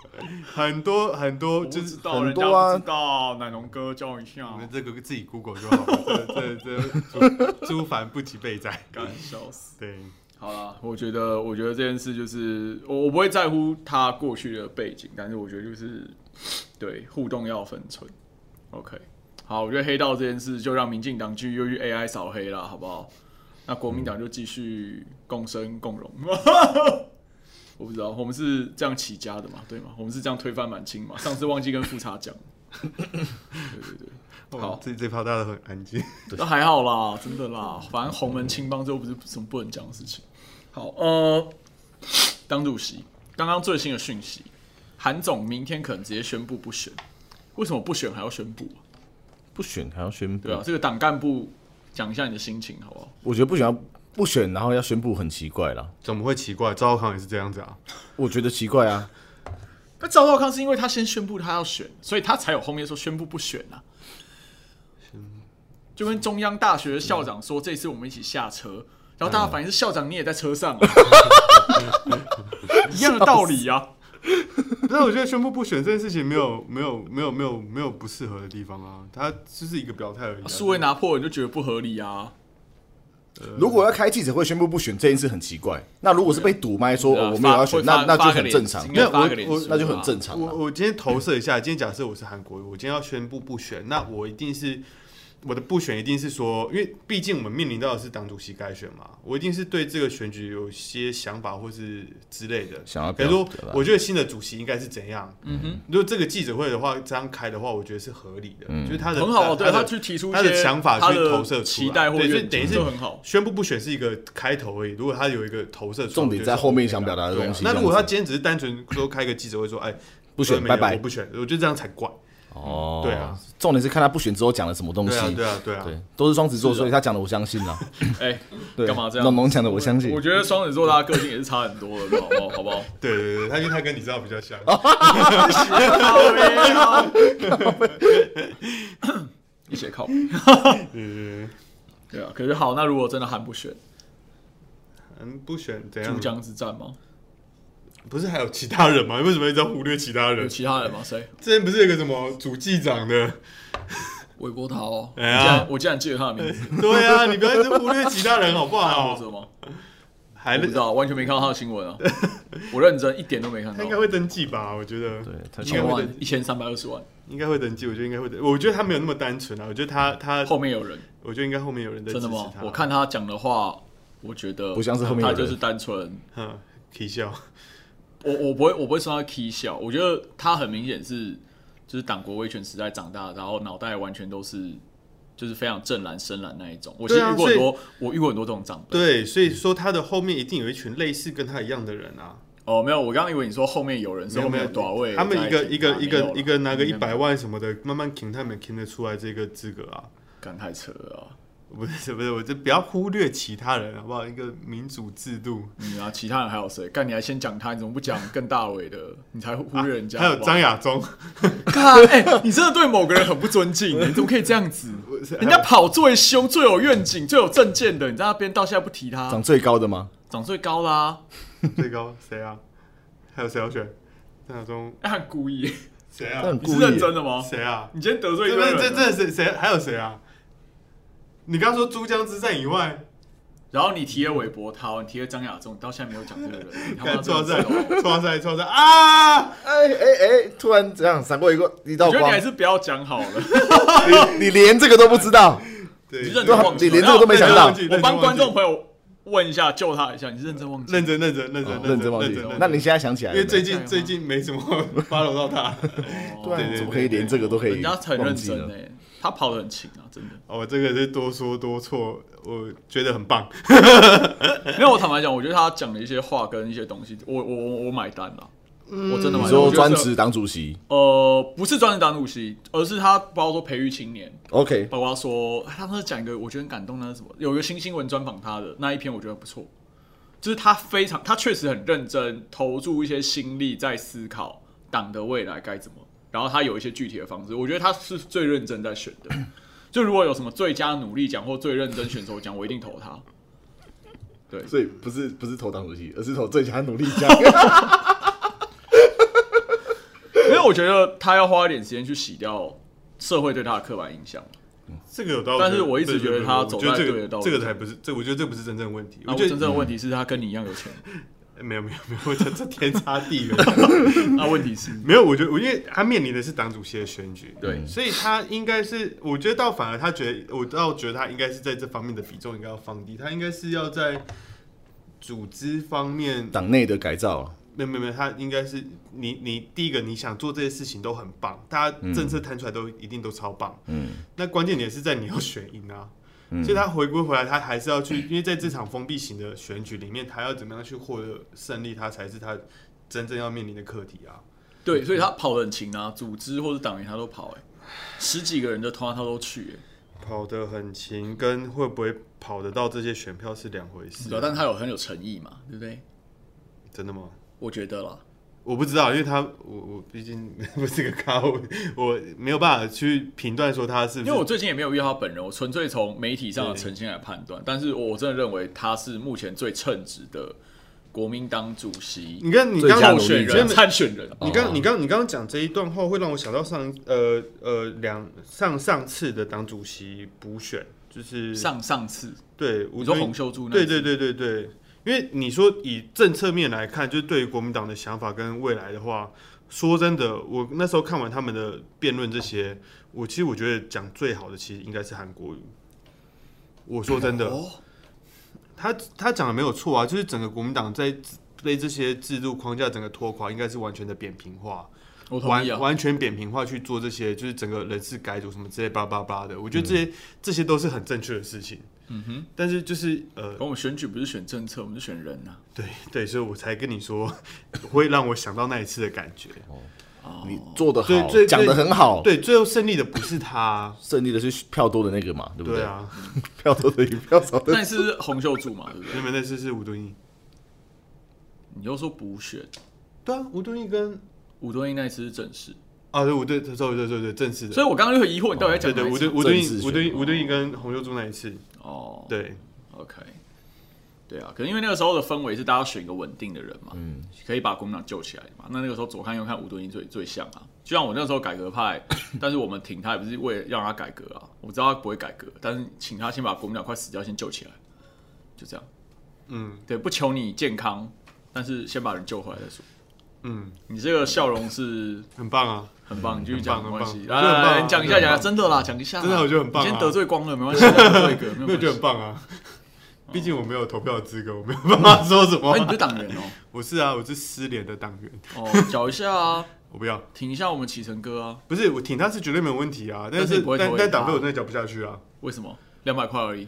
很多很多
我不
就是
知道
很
人
多
家不
啊
知道，奶龙哥教一下
我，们这个自己 Google 就好了。这这这诸凡不及备载。
干笑死。
对，
好啦，我觉得，我觉得这件事就是我我不会在乎他过去的背景，但是我觉得就是对互动要分寸。OK，好，我觉得黑道这件事就让民进党继续又去 AI 扫黑啦，好不好？那国民党就继续共生共荣。 我不知道，我们是这样起家的嘛，对吗？我们是这样推翻满清嘛？上次忘记跟富察讲。对对对。好
哦这这趴大家都很安静。
那还好啦，真的啦，反正洪门青帮这又不是什么不能讲的事情。好，呃，当主席，刚刚最新的讯息，韩总明天可能直接宣布不选，为什么不选还要宣布啊、
不选还要宣布
对啊，，这个党干部讲一下你的心情好不好？
我觉得不选要不选，然后要宣布很奇怪啦，
怎么会奇怪？赵少康也是这样子啊？
我觉得奇怪啊。
那赵少康是因为他先宣布他要选，所以他才有后面说宣布不选啊。就跟中央大学的校长说，这次我们一起下车，然后大家反应是校长你也在车上、啊，一样的道理啊。
但啊我觉得宣布不选这件事情没有没有没有没有没有不适合的地方啊，他就是一个表态而已、啊。
数位拿破仑就觉得不合理啊，
如果要开记者会宣布不选这件事很奇怪，那如果是被堵麦说
对啊
哦我没有要选，
发
那
会发
那就
发个
很
脸
正常
应，
没
该
有
发
我
个脸
我
书
那就很
吧
正常啊
我
了。
我今天投射一下，今天假设我是韩国瑜，我今天要宣布不选，那我一定是我的不选一定是说，因为毕竟我们面临到的是党主席改选嘛，我一定是对这个选举有些想法或是之类的。
想要
比如
表
说
达，
我觉得新的主席应该是怎样？
嗯哼，
如果这个记者会的话，这样开的话，我觉得是合理的，
嗯
就是他的
很好啊，
他
对他
的
去提出一
他的
些
想法
他
去
的
投射出来
期待或
对，就
愿景
等于是
就很好。
宣布不选是一个开头而已。如果他有一个投射出来，
重点在后面想表达
我
的
觉得是 OK
东西
对啊那如果
这样
他
子
今天只是单纯说开个记者会说，哎，
不选
对没有
拜拜
我不选，我觉得这样才怪。
哦
对啊，
重点是看他不选之后讲了什么东
对啊，
西。
对啊，对啊。
对，都是双子座，
是啊
所以他讲的我相信啦。
哎，
对，
干嘛这样
龙龙讲的我相信
我。觉得双子座大家个性也是差很多的，好不好？好不好？
对对对，他因为他跟你知道比较像，
哦
一起靠谱。对啊，可是好，那如果真的韩不选，
嗯，不选怎
珠
样？
江之战吗？
不是还有其他人吗？为什么一直要忽略其他
有
人？
其他人吗？谁？
之前不是有一个什么主计长的？
韦国涛哦，我竟
哎呀
然我竟然记得他的名字，
对啊，你不要一直忽略其他人好不
或
好？
者吗？
还
我不知道，完全没看到他的新闻啊，我认真一点都没看
他
到
应该。会登记吧？我觉得，
对，他
应该
千
会
万一千三百二十万，
应该会登记，我觉得应该会登。我觉得他没有那么单纯啊，我觉得他他，
后面有人。
我觉得应该后面有人在支
真
持
的吗？
他。
我看他讲的话，我觉得
不像是后面有
他
人
就是单纯。
嗯，可以笑。
我我不会我不会说他 k 笑，我觉得他很明显是就是党国威权时代长大，然后脑袋完全都是就是非常正蓝深蓝那一种。我其实
对啊
遇过很多，我遇过很多这种长辈。
对，所以说他的后面一定有一群类似跟他一样的人啊。
哦，没有，我刚刚以为你说后面有人，所以后面有短位，
他们一个一个一个一个拿个一百
万，
万什么的，慢慢挺，他们挺得出来这个资格啊。
干太扯了啊！
不是不是，我就不要忽略其他人好不好？一个民主制度，
你啊，其他人还有谁？干你还先讲他，你怎么不讲更大伟的？你才忽略人家。
啊还有
好不好
张亚中，
看，哎、你真的对某个人很不尊敬，欸你怎么可以这 样子？人家跑最凶、最有愿景、最有政见的，你在那边到现在不提他
长，最高的吗？
长最高啦，
最高谁啊？还有谁要选？张亚中
哎他很故意，
谁
他
啊
很？
你
故
是
意
认真
耶。
的吗？
谁啊？
你今天得罪一
这
堆人
这
了，
这这谁谁还有谁啊？你刚说珠江之战以外，
然后你提了韦伯涛，你提了张亚中，你到现在没有讲这个人，你他妈
敢
真
错
的
在
是哦
错在错在啊！
哎哎哎！突然这样闪过一个一道
我觉得你
光
还，是不要讲好了，
你你连这个都不 知道，
对，
你认真忘记
你连这个都没想到
认真忘记
我帮观众
认真忘记
朋友问一下，救他一下，你是认真忘记？
认真认真认真
认真忘记
认真。
那你现在想起来
因
了没，
为最近
对
最近没什么 follow 到他，
对啊
对对
怎么可以连这个都可以？
人家很认真
呢
呢、。
欸
他跑得很勤啊，真的。
哦，这个是多说多错，我觉得很棒。
没有，我坦白讲，我觉得他讲的一些话跟一些东西，我我我我买单了。我真的
你
蛮
说
我觉得
专
是
职党主席
呃，不是专职当主席，而是他包括说培育青年，
，OK，
包括说哎他当时讲一个我觉得很感动的是什么？有一个新新闻专访他的那一篇，我觉得不错，就是他非常他确实很认真，投注一些心力在思考党的未来该怎么，然后他有一些具体的方式，我觉得他是最认真在选的。就如果有什么最佳努力奖或最认真选手奖，我一定投他。对，
所以不是不是投党主席，而是投最佳努力奖。
因为我觉得他要花一点时间去洗掉社会对他的刻板印象。
这个有道理，
但是我一直觉得他
对
走
对对我觉
在
得
对的
这个
道路
这个才不是，这我觉得这不是真正的问题。
那我
觉
真正
得
的问题是他跟你一样 有钱。
没有没有没有，这这天差地远。
那问题是，
没有，我觉得，我因为他面临的是党主席的选举，
对
所以他应该是，我觉得倒反而他觉得，我倒觉得他应该是在这方面的比重应该要放低，他应该是要在组织方面，
党内的改造，
没有没有没有，他应该是你你第一个你想做这些事情都很棒，大家政策摊出来都一定都超棒，
嗯，
那关键点是在你要选赢啊。所以他回归回来，他还是要去，因为在这场封闭型的选举里面，他要怎么样去获得胜利，他才是他真正要面临的课题啊。
对，所以他跑得很勤啊，组织或者党员他都跑、欸，十几个人的团他都去、欸，
跑得很勤，跟会不会跑得到这些选票是两回事
对、啊，。但他有很有诚意嘛，对不对？
真的吗？
我觉得啦，
我不知道，因为他我我毕竟 不是个咖，我我没有办法去评断说他是不
因
是。
为我最近也没有遇到他本人，我纯粹从媒体上的呈现来判断，但是我真的认为他是目前最称职的国民党主席
你看你
最
刚
佳
刚
候
努力
选
奖
人参选人，
你刚你刚你刚刚讲这一段话，会让我想到上一呃呃两上上次的党主席补选，就是
哦上上次
对吴
你说
敦义
洪秀柱那
对
次
对对对对，因为你说以政策面来看，就是对于国民党的想法跟未来的话，说真的，我那时候看完他们的辩论这些，我其实我觉得讲最好的其实应该是韩国瑜。我说真的，
哦，
他他讲的没有错啊，就是整个国民党在被这些制度框架整个拖垮，应该是完全的扁平化。
我同
完
意啊，
完全扁平化去做这些，就是整个人事改组什么之类巴拉巴拉巴拉的，我觉得这些、这些都是很正确的事情。
嗯哼，哦
但是就是呃
可，我们选举不是选政策，我们是选人呐、啊
对对，所以我才跟你说，会让我想到那一次的感觉。
啊。
你做的
对
好
最，
讲的很好，
对，最后胜利的不是他，
胜利的是票多的那个嘛，对不
对？啊，
票多的赢，票
呃
少的
但是洪秀柱嘛，对不对
原？本那次是吴敦义，
你又说补选，
对啊，吴敦义跟
吴敦义那一次是正式，
啊，对，吴对，对对对对，正式
所
的，
以我刚刚就很疑惑你到底在
对
讲
对，
哪一
吴
次
敦吴敦
正式
义
选
吴敦义吴敦义跟洪秀柱那一次，
哦，
对，
OK，对啊，可能因为那个时候的氛围是大家选一个稳定的人嘛，嗯，可以把国民党救起来嘛。那那个时候左看右看，吴敦义最最像啊。就像我那时候改 革派，但是我们挺他也不是为了让他改革啊，我知道他不会改革，但是请他先把国民党快死掉先救起来，就这样。
嗯
对，不求你健康，但是先把人救回来再说。
嗯，
你这个笑容是
很棒啊，
很棒，你继续讲没
很棒
关系
很。棒
来
我觉得很棒
来
啊
来，讲一下，
我觉
讲
得
一
很
下，
棒
真的啦，讲一下啦。
真的我觉得很棒啊
你今天得罪光了，没关系，得罪一 个，
没
没
有
有
觉得
关
很棒
系。
啊。 毕竟我没有投票资格，我没有办法说什么
哦
啊
哎，。你不是党员哦，
我是啊，我是失联的党员，
哦，缴一下啊。
我不要。
挺一下我们启程哥啊？
不是我挺他是绝对没有问题啊，但
但是
是
你不会
但
投给
但
他
党费我真的缴不下去啊。
为什么？两百块而 已，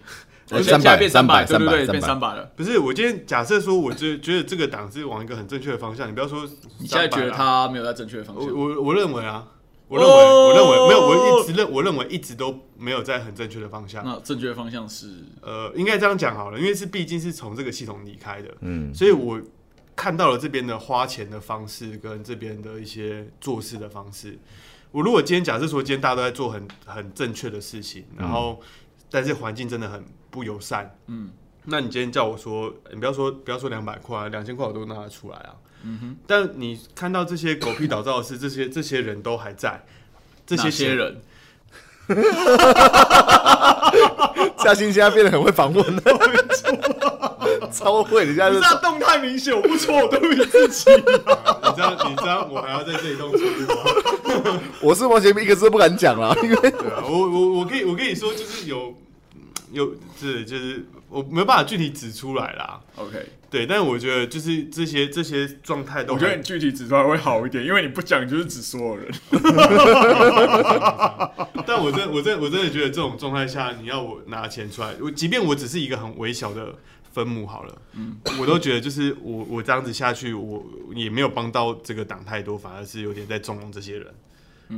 呃
现在变三
300
对不对？
300
变三百了。
不是，我今天假设说，我觉觉得这个党是往一个很正确的方向，你不要说啊
你现在觉得，他没有在正确的方
我
向？
我我认为啊，我认为、
哦
我认为没有，我一直认我认为一直都没有在很正确的方向。
那正确的方向是，
呃，应该这样讲好了，因为是毕竟是从这个系统离开的，
嗯，
所以我看到了这边的花钱的方式跟这边的一些做事的方式。我如果今天假设说今天大家都在做很很正确的事情，然后、但是环境真的很不友善，
嗯
那你今天叫我说，你不要说不要说两百块，啊两千块我都拿得出来啊。
嗯哼，
但你看到这些狗屁倒灶的事，这些这些人都还在，这些
哪
钱
些人，
嘉欣现在变得很会访问了，超会，人家
不
就是
啊，动态明显，我不错，我对不起自己。啊
你知道你知道我还要在这里动粗吗？
我是王杰明，一个字都不敢讲了，因为
对啊，我我我可以我跟你说，就是有有是就是我没有办法具体指出来啦。
OK，
对，但我觉得就是这些这些状态都
我
还，
觉得你具体指出来会好一点，因为你不讲就是指所有人。
但我真我真我真的觉得这种状态下，你要我拿钱出来，我即便我只是一个很微小的分母好了，我都觉得就是我我这样子下去，我也没有帮到这个党太多，反而是有点在纵容这些人。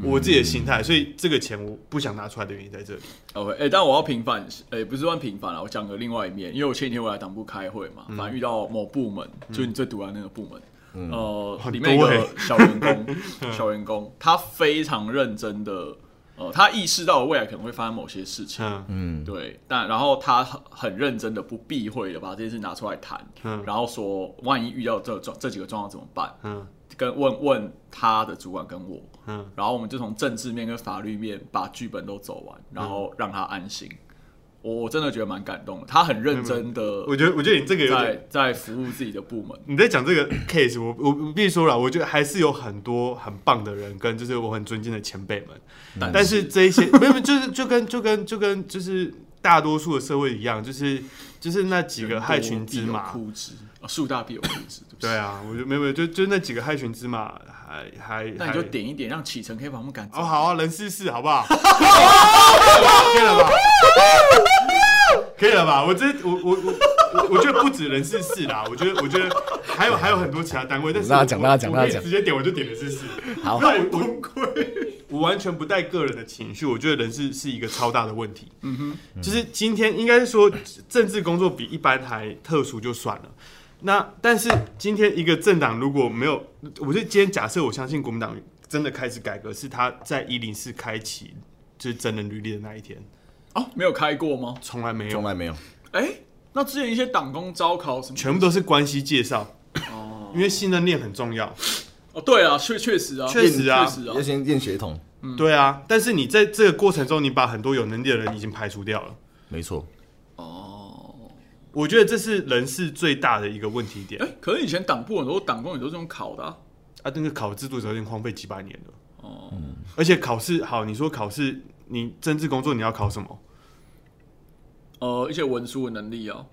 我自己的心态，所以这个钱我不想拿出来的原因在这里。
OK，哎、但我要平反，哎、不是算平反了，我讲个另外一面，因为我前几天我来党部开会嘛，
嗯
反正遇到某部门，就是你最毒的那个部门，呃，
很
里面一个
多欸
小员工， 小员工，他非常认真的，呃，他意识到未来可能会发生某些事情，
嗯，
嗯，
对，但然后他很很认真的、不避讳的把这件事拿出来谈，
嗯
然后说万一遇到这状这几个状况怎么办？
嗯
跟问问他的主管跟我，
嗯，
然后我们就从政治面跟法律面把剧本都走完，
嗯
然后让他安心。我我真的觉得蛮感动的，他很认真的
我觉得我觉得你这个有点
在在服务自己的部门。
你在讲这个 case，我我我必须说了，我觉得还是有很多很棒的人，跟就是我很尊敬的前辈们，
但
但是这一些 没有，没有就是就跟就跟就跟就是大多数的社会一样，就是就是那几个害群之马，
枯枝啊，树大必有枯枝，对不起
对。啊，我就没有没有就就那几个害群之马还还
那你就
还
点一点，让启程可以把我们赶走。
哦，好啊，人事事，好不 好？ 可以了吧？可以了吧？我这我我我我我觉得不止人事事啦， 我觉得我觉得还有还有很多其他单位，但是
那
我
讲那讲
我可以
那讲
直接点我就点人事事，
好
那我崩溃。我完全不带个人的情绪，我觉得人事是一个超大的问题。嗯哼，就是今天应该是说政治工作比一般还特殊就算了。那但是今天一个政党如果没有，我是今天假设我相信国民党真的开始改革，是他在一零四开启就是真人履历的那一天，
哦，没有开过吗？
从来没有，
从来没有，
哎，那之前一些党工招考什么，
全部都是关系介绍。哦，因为信任链很重要。
哦，对啊，确确实啊，
确实啊
确实啊
要，先验血统，
对啊，但是你在这个过程中，你把很多有能力的人已经排除掉了。
没错，
哦，
我觉得这是人事最大的一个问题点
哎，可是以前党部很多党工也都是用考的啊，
啊！那个考制度早已经荒废几百年了，嗯
哦，
而且考试好，你说考试，你政治工作你要考什么？
呃，一些文书的能力啊。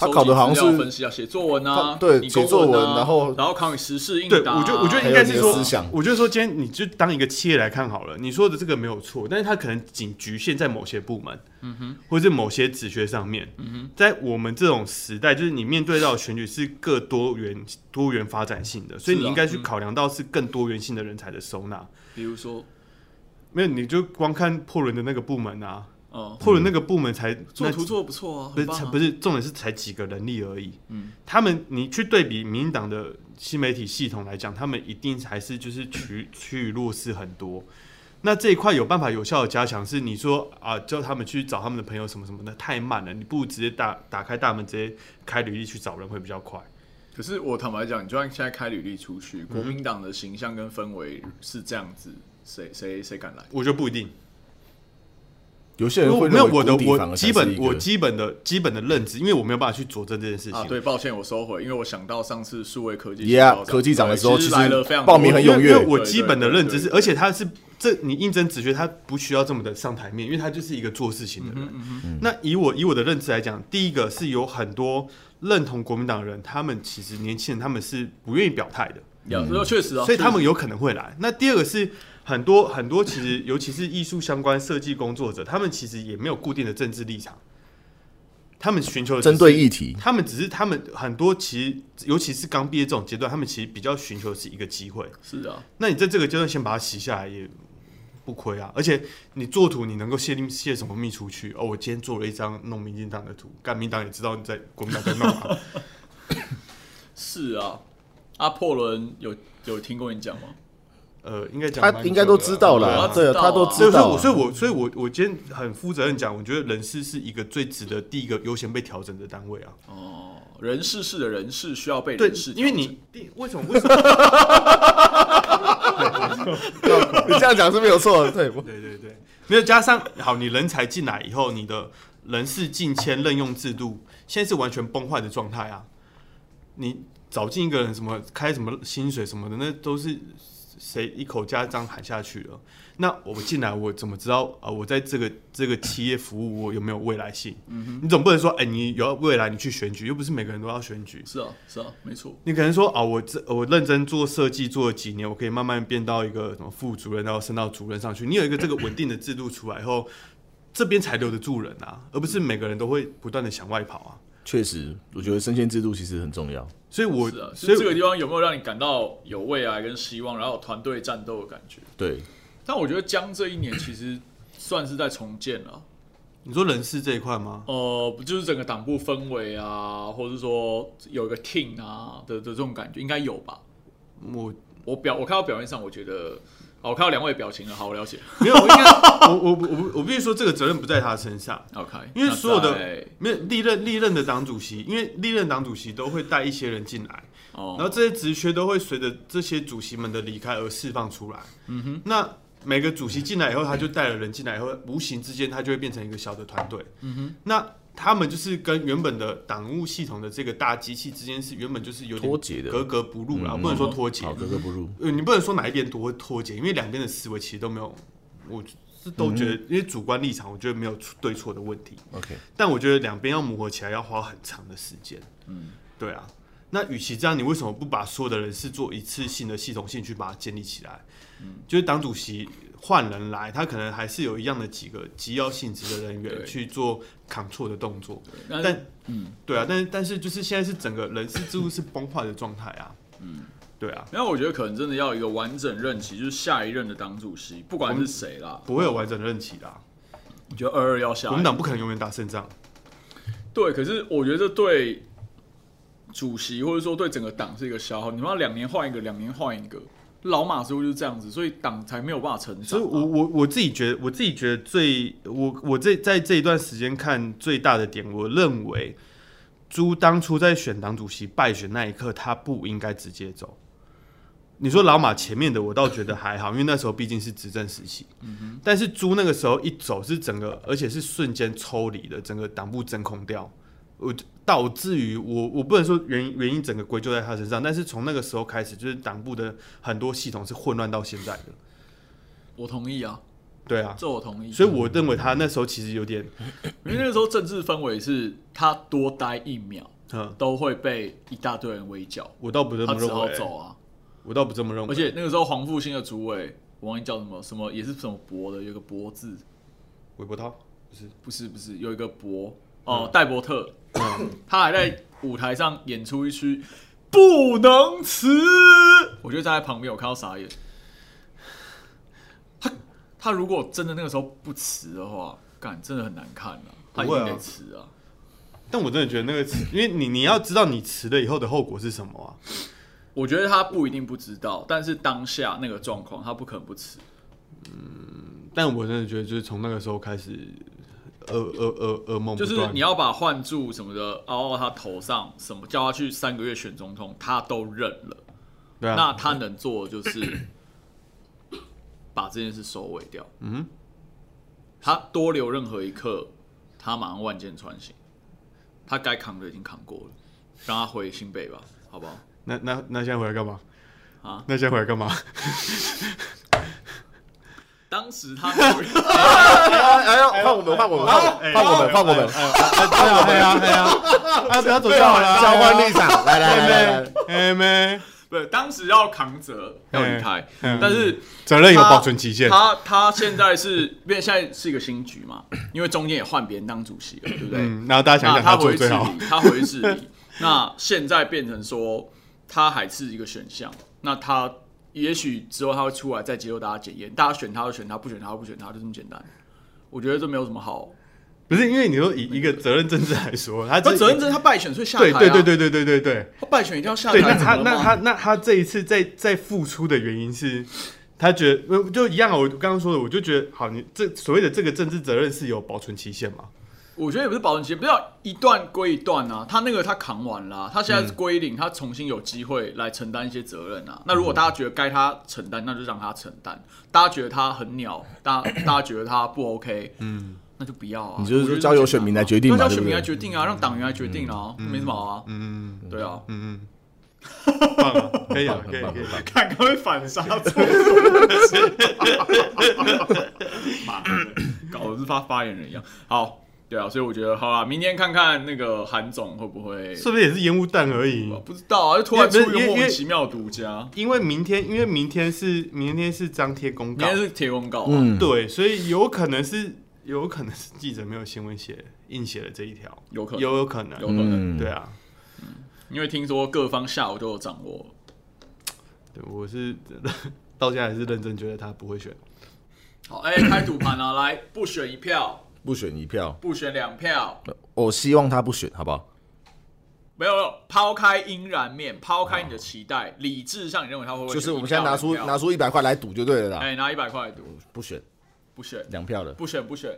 他考的好像是
收集资料分析啊，写作文啊，
他对
你公
写作文
啊
然后
然后考你时事应
对，
答啊、
我觉得我觉得应
有
该
你
是
的
说
思想，
我觉得说今天你就当一个企业来看好了，你说的这个没有错，但是它可能仅局限在某些部门，嗯哼，或者是某些职缺上面，嗯哼，在我们这种时代，就是你面对到的选举是各多元多元发展性的，所以
是
你
啊
应该去考量到是更多元性的人才的收纳。
比如说，
没有，你就光看破伦的那个部门啊，
哦、
破伦那个部门才
做
那
图做的不错啊，
不是
很棒、啊、
不
是，
是重点是才几个人力而已。
嗯
他们你去对比民进党的新媒体系统来讲，他们一定还是就是趋趋于弱势很多。那这一块有办法有效的加强，是你说啊，叫他们去找他们的朋友什么什么的，太慢了，你不如直接打打开大门，直接开履历去找人会比较快。
可是我坦白讲，你就算现在开履历出去，国民党的形象跟氛围是这样子，
嗯
谁谁谁敢来？
我觉得不一定，
有些
因
人
为
会
没有
认为
我的
谷底反
我
而
基
才
本
是一个
我基本的基本的认知，因为我没有办法去佐证这件事情。
啊，对，抱歉，我收回，因为我想到上次数位科技
Yeah，
长
科技长的时候
对
其实
来了非常
报名很
多
踊
因为
跃
因为我
对对
基本的
对
认知是，
对
而且他是这你应征职缺，他不需要这么的上台面，因为他就是一个做事情的
嗯
人。那以我以我的认知来讲，第一个是有很多认同国民党的人，他们其实年轻人他们是不愿意表态的，
呀，这个确实啊，
所以他
确
们
实
有可能会来。那第二个是。很多很多，其实尤其是艺术相关设计工作者，他们其实也没有固定的政治立场，他们寻求的只是
针对议题，
他们只是他们很多其实，尤其是刚毕业这种阶段，他们其实比较寻求的是一个机会。
是啊，
那你在这个阶段先把它洗下来也不亏啊，而且你做图你能够泄密泄什么密出去？哦，我今天做了一张弄民进党的图，干民党也知道你在国民党在弄啊。
是啊。阿破伦有有听过你讲吗？
呃，应该讲
他
蛮
应该都知道
久的
啦，
啊
对
对
啊
啊，他都
所以，
知
所以
道
我，
啊，
所以我，所以我，我今天很负责任讲，我觉得人事是一个最值得第一个优先被调整的单位啊。
哦，人事室的人事需要被
对
人事，
因
调整，
为你第为什么为什么？
你这样讲是没有错的，对，我
对对对，没有加上好，你人才进来以后，你的人事进迁任用制度现在是完全崩坏的状态啊！你找进一个人，什么开什么薪水什么的，那都是谁一口价这样喊下去了。那我进来，我怎么知道啊、呃我在这个这个企业服务，我有没有未来性？你总不能说，哎、你有未来，你去选举，又不是每个人都要选举。
是啊是啊，没错。
你可能说啊，我这我认真做设计做了几年，我可以慢慢变到一个什么副主任，然后升到主任上去。你有一个这个稳定的制度出来以后，这边才留得住人啊，而不是每个人都会不断的想外跑啊。
确实，我觉得升迁制度其实很重要。
所以我
是啊，
所
所
以
以这个地方有没有让你感到有未来跟希望，然后有团队战斗的感觉？
对，
但我觉得江这一年其实算是在重建了，
你说人事这一块吗？
呃，不就是整个党部氛围啊，或者是说有一个 team 啊的的这种感觉，应该有吧？
我
我表我看到表面上，我觉得，好，我看到两位表情了，好，我了解。
没有，我应该我我我我我必须说这个责任不在他身上，
OK，
因为
那
所有的
在
没有历任历任的党主席，因为历任党主席都会带一些人进来，
哦，
然后这些职缺都会随着这些主席们的离开而释放出来。嗯哼，那每个主席进来以后，他就带了人进来以后，无形之间他就会变成一个小的团队。嗯哼，那他们就是跟原本的党务系统的这个大机器之间是原本就是有点
脱节的嗯
格格不入啦，不能说脱节
好，，格格不入。
呃，你不能说哪一边多脱节，因为两边的思维其实都没有，我是都觉得，因为主观立场，我觉得没有出对错的问题，
OK，
但我觉得两边要磨合起来要花很长的时间。嗯，对啊。那与其这样，你为什么不把所有的人事做一次性的系统性去把它建立起来？嗯，就是党主席换人来，他可能还是有一样的几个急要性质的人员
对
去做 control 的动作，
那
但
嗯，
对啊，但是但是就是现在是整个人事制度是崩坏的状态啊。嗯，对啊，
那我觉得可能真的要一个完整任期，就是下一任的党主席，不管是谁啦，
不会有完整的任期啦。
我觉得二二要下来。
我们党不可能永远打胜仗。
对，可是我觉得这对主席或者说对整个党是一个消耗。你们要两年换一个，两年换一个，老马似乎就是这样子，所以党才没有办法成
所
长
以
啊。
我我我自己觉得，我自己觉得最我我这在这一段时间看最大的点，我认为朱当初在选党主席败选那一刻，他不应该直接走。你
嗯
说老马前面的，我倒觉得还好，因为那时候毕竟是执政时期。
嗯
但是朱那个时候一走，是整个而且是瞬间抽离的，整个党部真空掉。我导致于我我不能说原因原因整个归咎在他身上，但是从那个时候开始，就是党部的很多系统是混乱到现在的。
我同意啊，
对啊，
这我同意。
所以我认为他那时候其实有点，
因为那个时候政治氛围是他多待一秒
嗯，
都会被一大堆人围剿，
我倒不这
他
么
只
认
好
为，
走啊。
我倒不这么认为。
而且那个时候黄复兴的主委，我忘记叫什么什么，也是什么博的，有个博字，
韦伯涛不是，
不是不是，有一个博
嗯
哦，戴伯特， 他还在舞台上演出一曲《不能辞》，我就站在旁边，我看到傻眼。他他如果真的那个时候不辞的话，干真的很难看啊，他一
不会啊
定得辞啊。
但我真的觉得那个词， 因为你你要知道你辞了以后的后果是什么啊？
我觉得他不一定不知道，但是当下那个状况，他不可能不辞。
但我真的觉得就是从那个时候开始，噩噩噩噩梦不
就
断
是你要把换柱什么的凹到他头上，什么叫他去三个月选总统，他都认了。
对啊，
那他能做的就是把这件事收尾掉。嗯，他多留任何一刻，他马上万箭穿心。他该扛的已经扛过了，让他回新北吧，好不好？
那那那现在回来干嘛？
啊
那现在回来干 嘛？
当时他 没
哎呀，换我们，换我们，换我们换我们，换我们，
对啊，对啊，对啊，啊，不要走掉了，
交
啊
换立场，来来来来来
妹，哎妹，
有，当时要扛责要离开，但是
责任有保存期限，
他他现在是因为现在是一个新局嘛，因为中间也换别人当主席了，对不对？
嗯，然后大家想
那
想他做
回
得最
治理
好，，
他回治理。那现在变成说，他还是一个选项。那他也许之后他会出来再接受大家检验，大家选他就选他，不选他就不选他，就这么简单。我觉得这没有什么好。
不是因为你说以一个责任政治来说，他
他
这
责任真他败选，所以下台、
对
啊。
对对对对对对对。
他败选一定要下台。
对，那他
怎么了
那
吗
他那他这一次在在付出的原因是，他觉得呃就一样啊。我刚刚说的，我就觉得好，你这所谓的这个政治责任是有保存期限 嘛？
我觉得也不是保存期，不要一段归一段啊。他那个他扛完了啊、他现在是归零，他重新有机会来承担一些责任啊。那如果大家觉得该他承担，那就让他承担；大家觉得他很鸟，大大家觉得他不 OK，嗯，那就不要啊。
你就是
我觉得
说交由
这么简单
选民来决定嘛
对交
对
选
不
民
对
来决定啊，让党员来决定啊，没什么好啊。
嗯
对啊，
嗯嗯，棒啊，可以啊，可以可以。
看刚会反杀出，妈的，搞得是发发言人一样。好，对啊，所以我觉得好啦，明天看看那个韩总会不会
是不是也是烟雾弹而已？
我不知道啊，就突然出一
因为
个
因为
莫名其妙的独
嗯
家，
因为明天，因为明天是明天是张贴公
明
告，
天是贴公告，嗯，
嗯，
对，所以有可能是有可能是记者没有新闻写，硬写了这一条，
有可能
有有可能，
有可
嗯
能，
对啊，
因为听说各方下午都有掌握，
对，我是 到现在还是认真觉得他不会选，
好，哎、开赌盘啊，来，不选一票，
不选一票，
不选两票，
我希望他不选，好不好？
没有，没有抛开阴然面，抛开你的期待，理智上你认为他会不会选
就
一票？
是我们现在拿出
两票
拿，出一百块来赌就对了
哎、
啦，
拿一百块来赌，
不选
不选，
两票了，
不选，不选，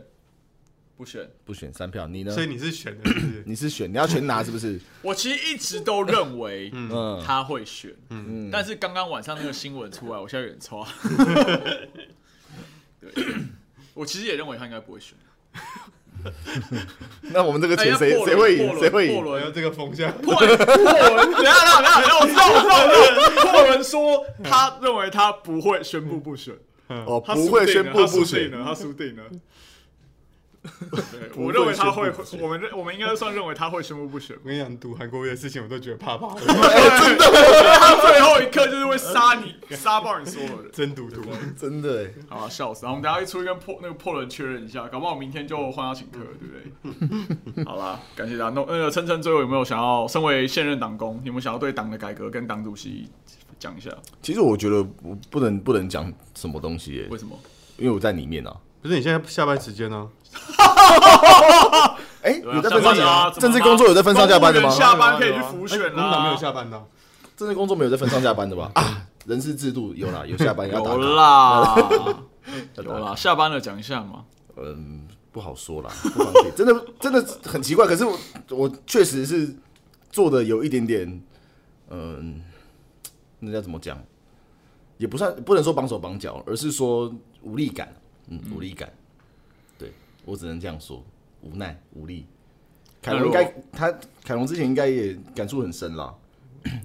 不选。
不选三票，
嗯
你呢
所？以你是选的是不是
你是选你要全拿是不是？
我其实一直都认为
嗯，
他会选，嗯，但是刚刚晚上那个新闻出来，我现在有点 抓。对，我其实也认为他应该不会选。
那我们这个
哎
钱
要
谁
破
谁
轮
会
破
赢？
轮
谁会
破
赢？
我要
轮
这个风向，
破轮，破轮，等一下，等一下，等一下，我知道，我知道，我 知道。破轮说他认为他不会宣布不选，
哦，
他
不会
输定
宣
了
布
他
不
输定啊
选，
了，他输定了。 对，
会
我认为他会
宣布不，选
我们认我们应该算认为他会宣布不选。
我跟你讲，赌韩国瑜的事情我都觉得怕怕的，
他最后一刻就是会杀你，杀爆你所有人。
真赌徒，
真的欸。
好啊，笑死！然后我们等一下一出一跟破那个破人确认一下，搞不好明天就换他请客了，对 不对？好啦，感谢大家。那那个琛琛最后有没有想要，身为现任党工，你有没有想要对党的改革跟党主席讲一下？
哎
其实我觉得我不能不能讲什么东西耶，欸
为什么？
因为我在里面啊。
不是你现在下班时间呢？
哎，
对啊
有在分
下班
上
了啊
下
怎么
政治
啦
工作有在分上下班的吗
公务？员下班可以去浮选啊哎啦
工党没有下班的，
政治工作没有在分上下班的吧？啊，人事制度有啦，有下班要打
有
卡。
啦，有
有
啦，下班了讲一下嘛。
嗯，不好说啦， 不方便。真的真的很奇怪，可是我我确实是做的有一点点，嗯，那叫怎么讲？也不算不能说绑手绑脚，而是说无力感，嗯，无力感。对我只能这样说，无奈无力。凯龙应该他凯龙之前应该也感触很深啦，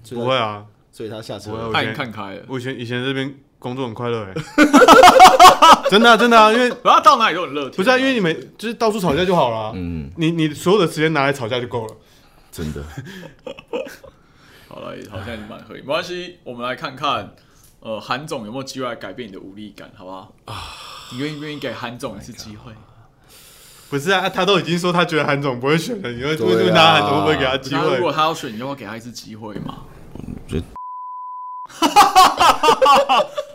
所以
不
他
会啊，
所以他下车
不会
了
我
他
觉得
已经看开了，
我以前以前这边工作很快 乐哎，真的啊真的啊，因为
然后到哪里都很乐天。
不是啊，因为你们就是到处吵架就好了啊，
嗯，
你你所有的时间拿来吵架就够了。
真的，
好了，好像也蛮合理，没关系。我们来看看，呃，韩总有没有机会来改变你的无力感，好不好？你愿不愿意给韩总一次机会？
不是啊，他都已经说他觉得韩总不会选了，你会
对啊
为什么拿韩总会不会给他机
那啊如果
会？
他要选，你要不要给他一次机会嘛？
觉得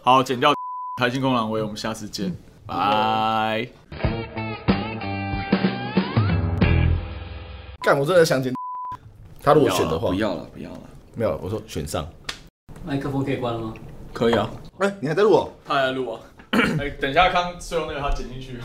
好，剪掉台新公狼威，我们下次见，拜。
干我真的想捡。他如
不
果选的话，
不要了，不要了，
没有，我说选上。
麦克风可以关了吗？
可以啊，
哎、你还在录、哦？
他还在录啊。哎、等一下，康最后那个他剪进去。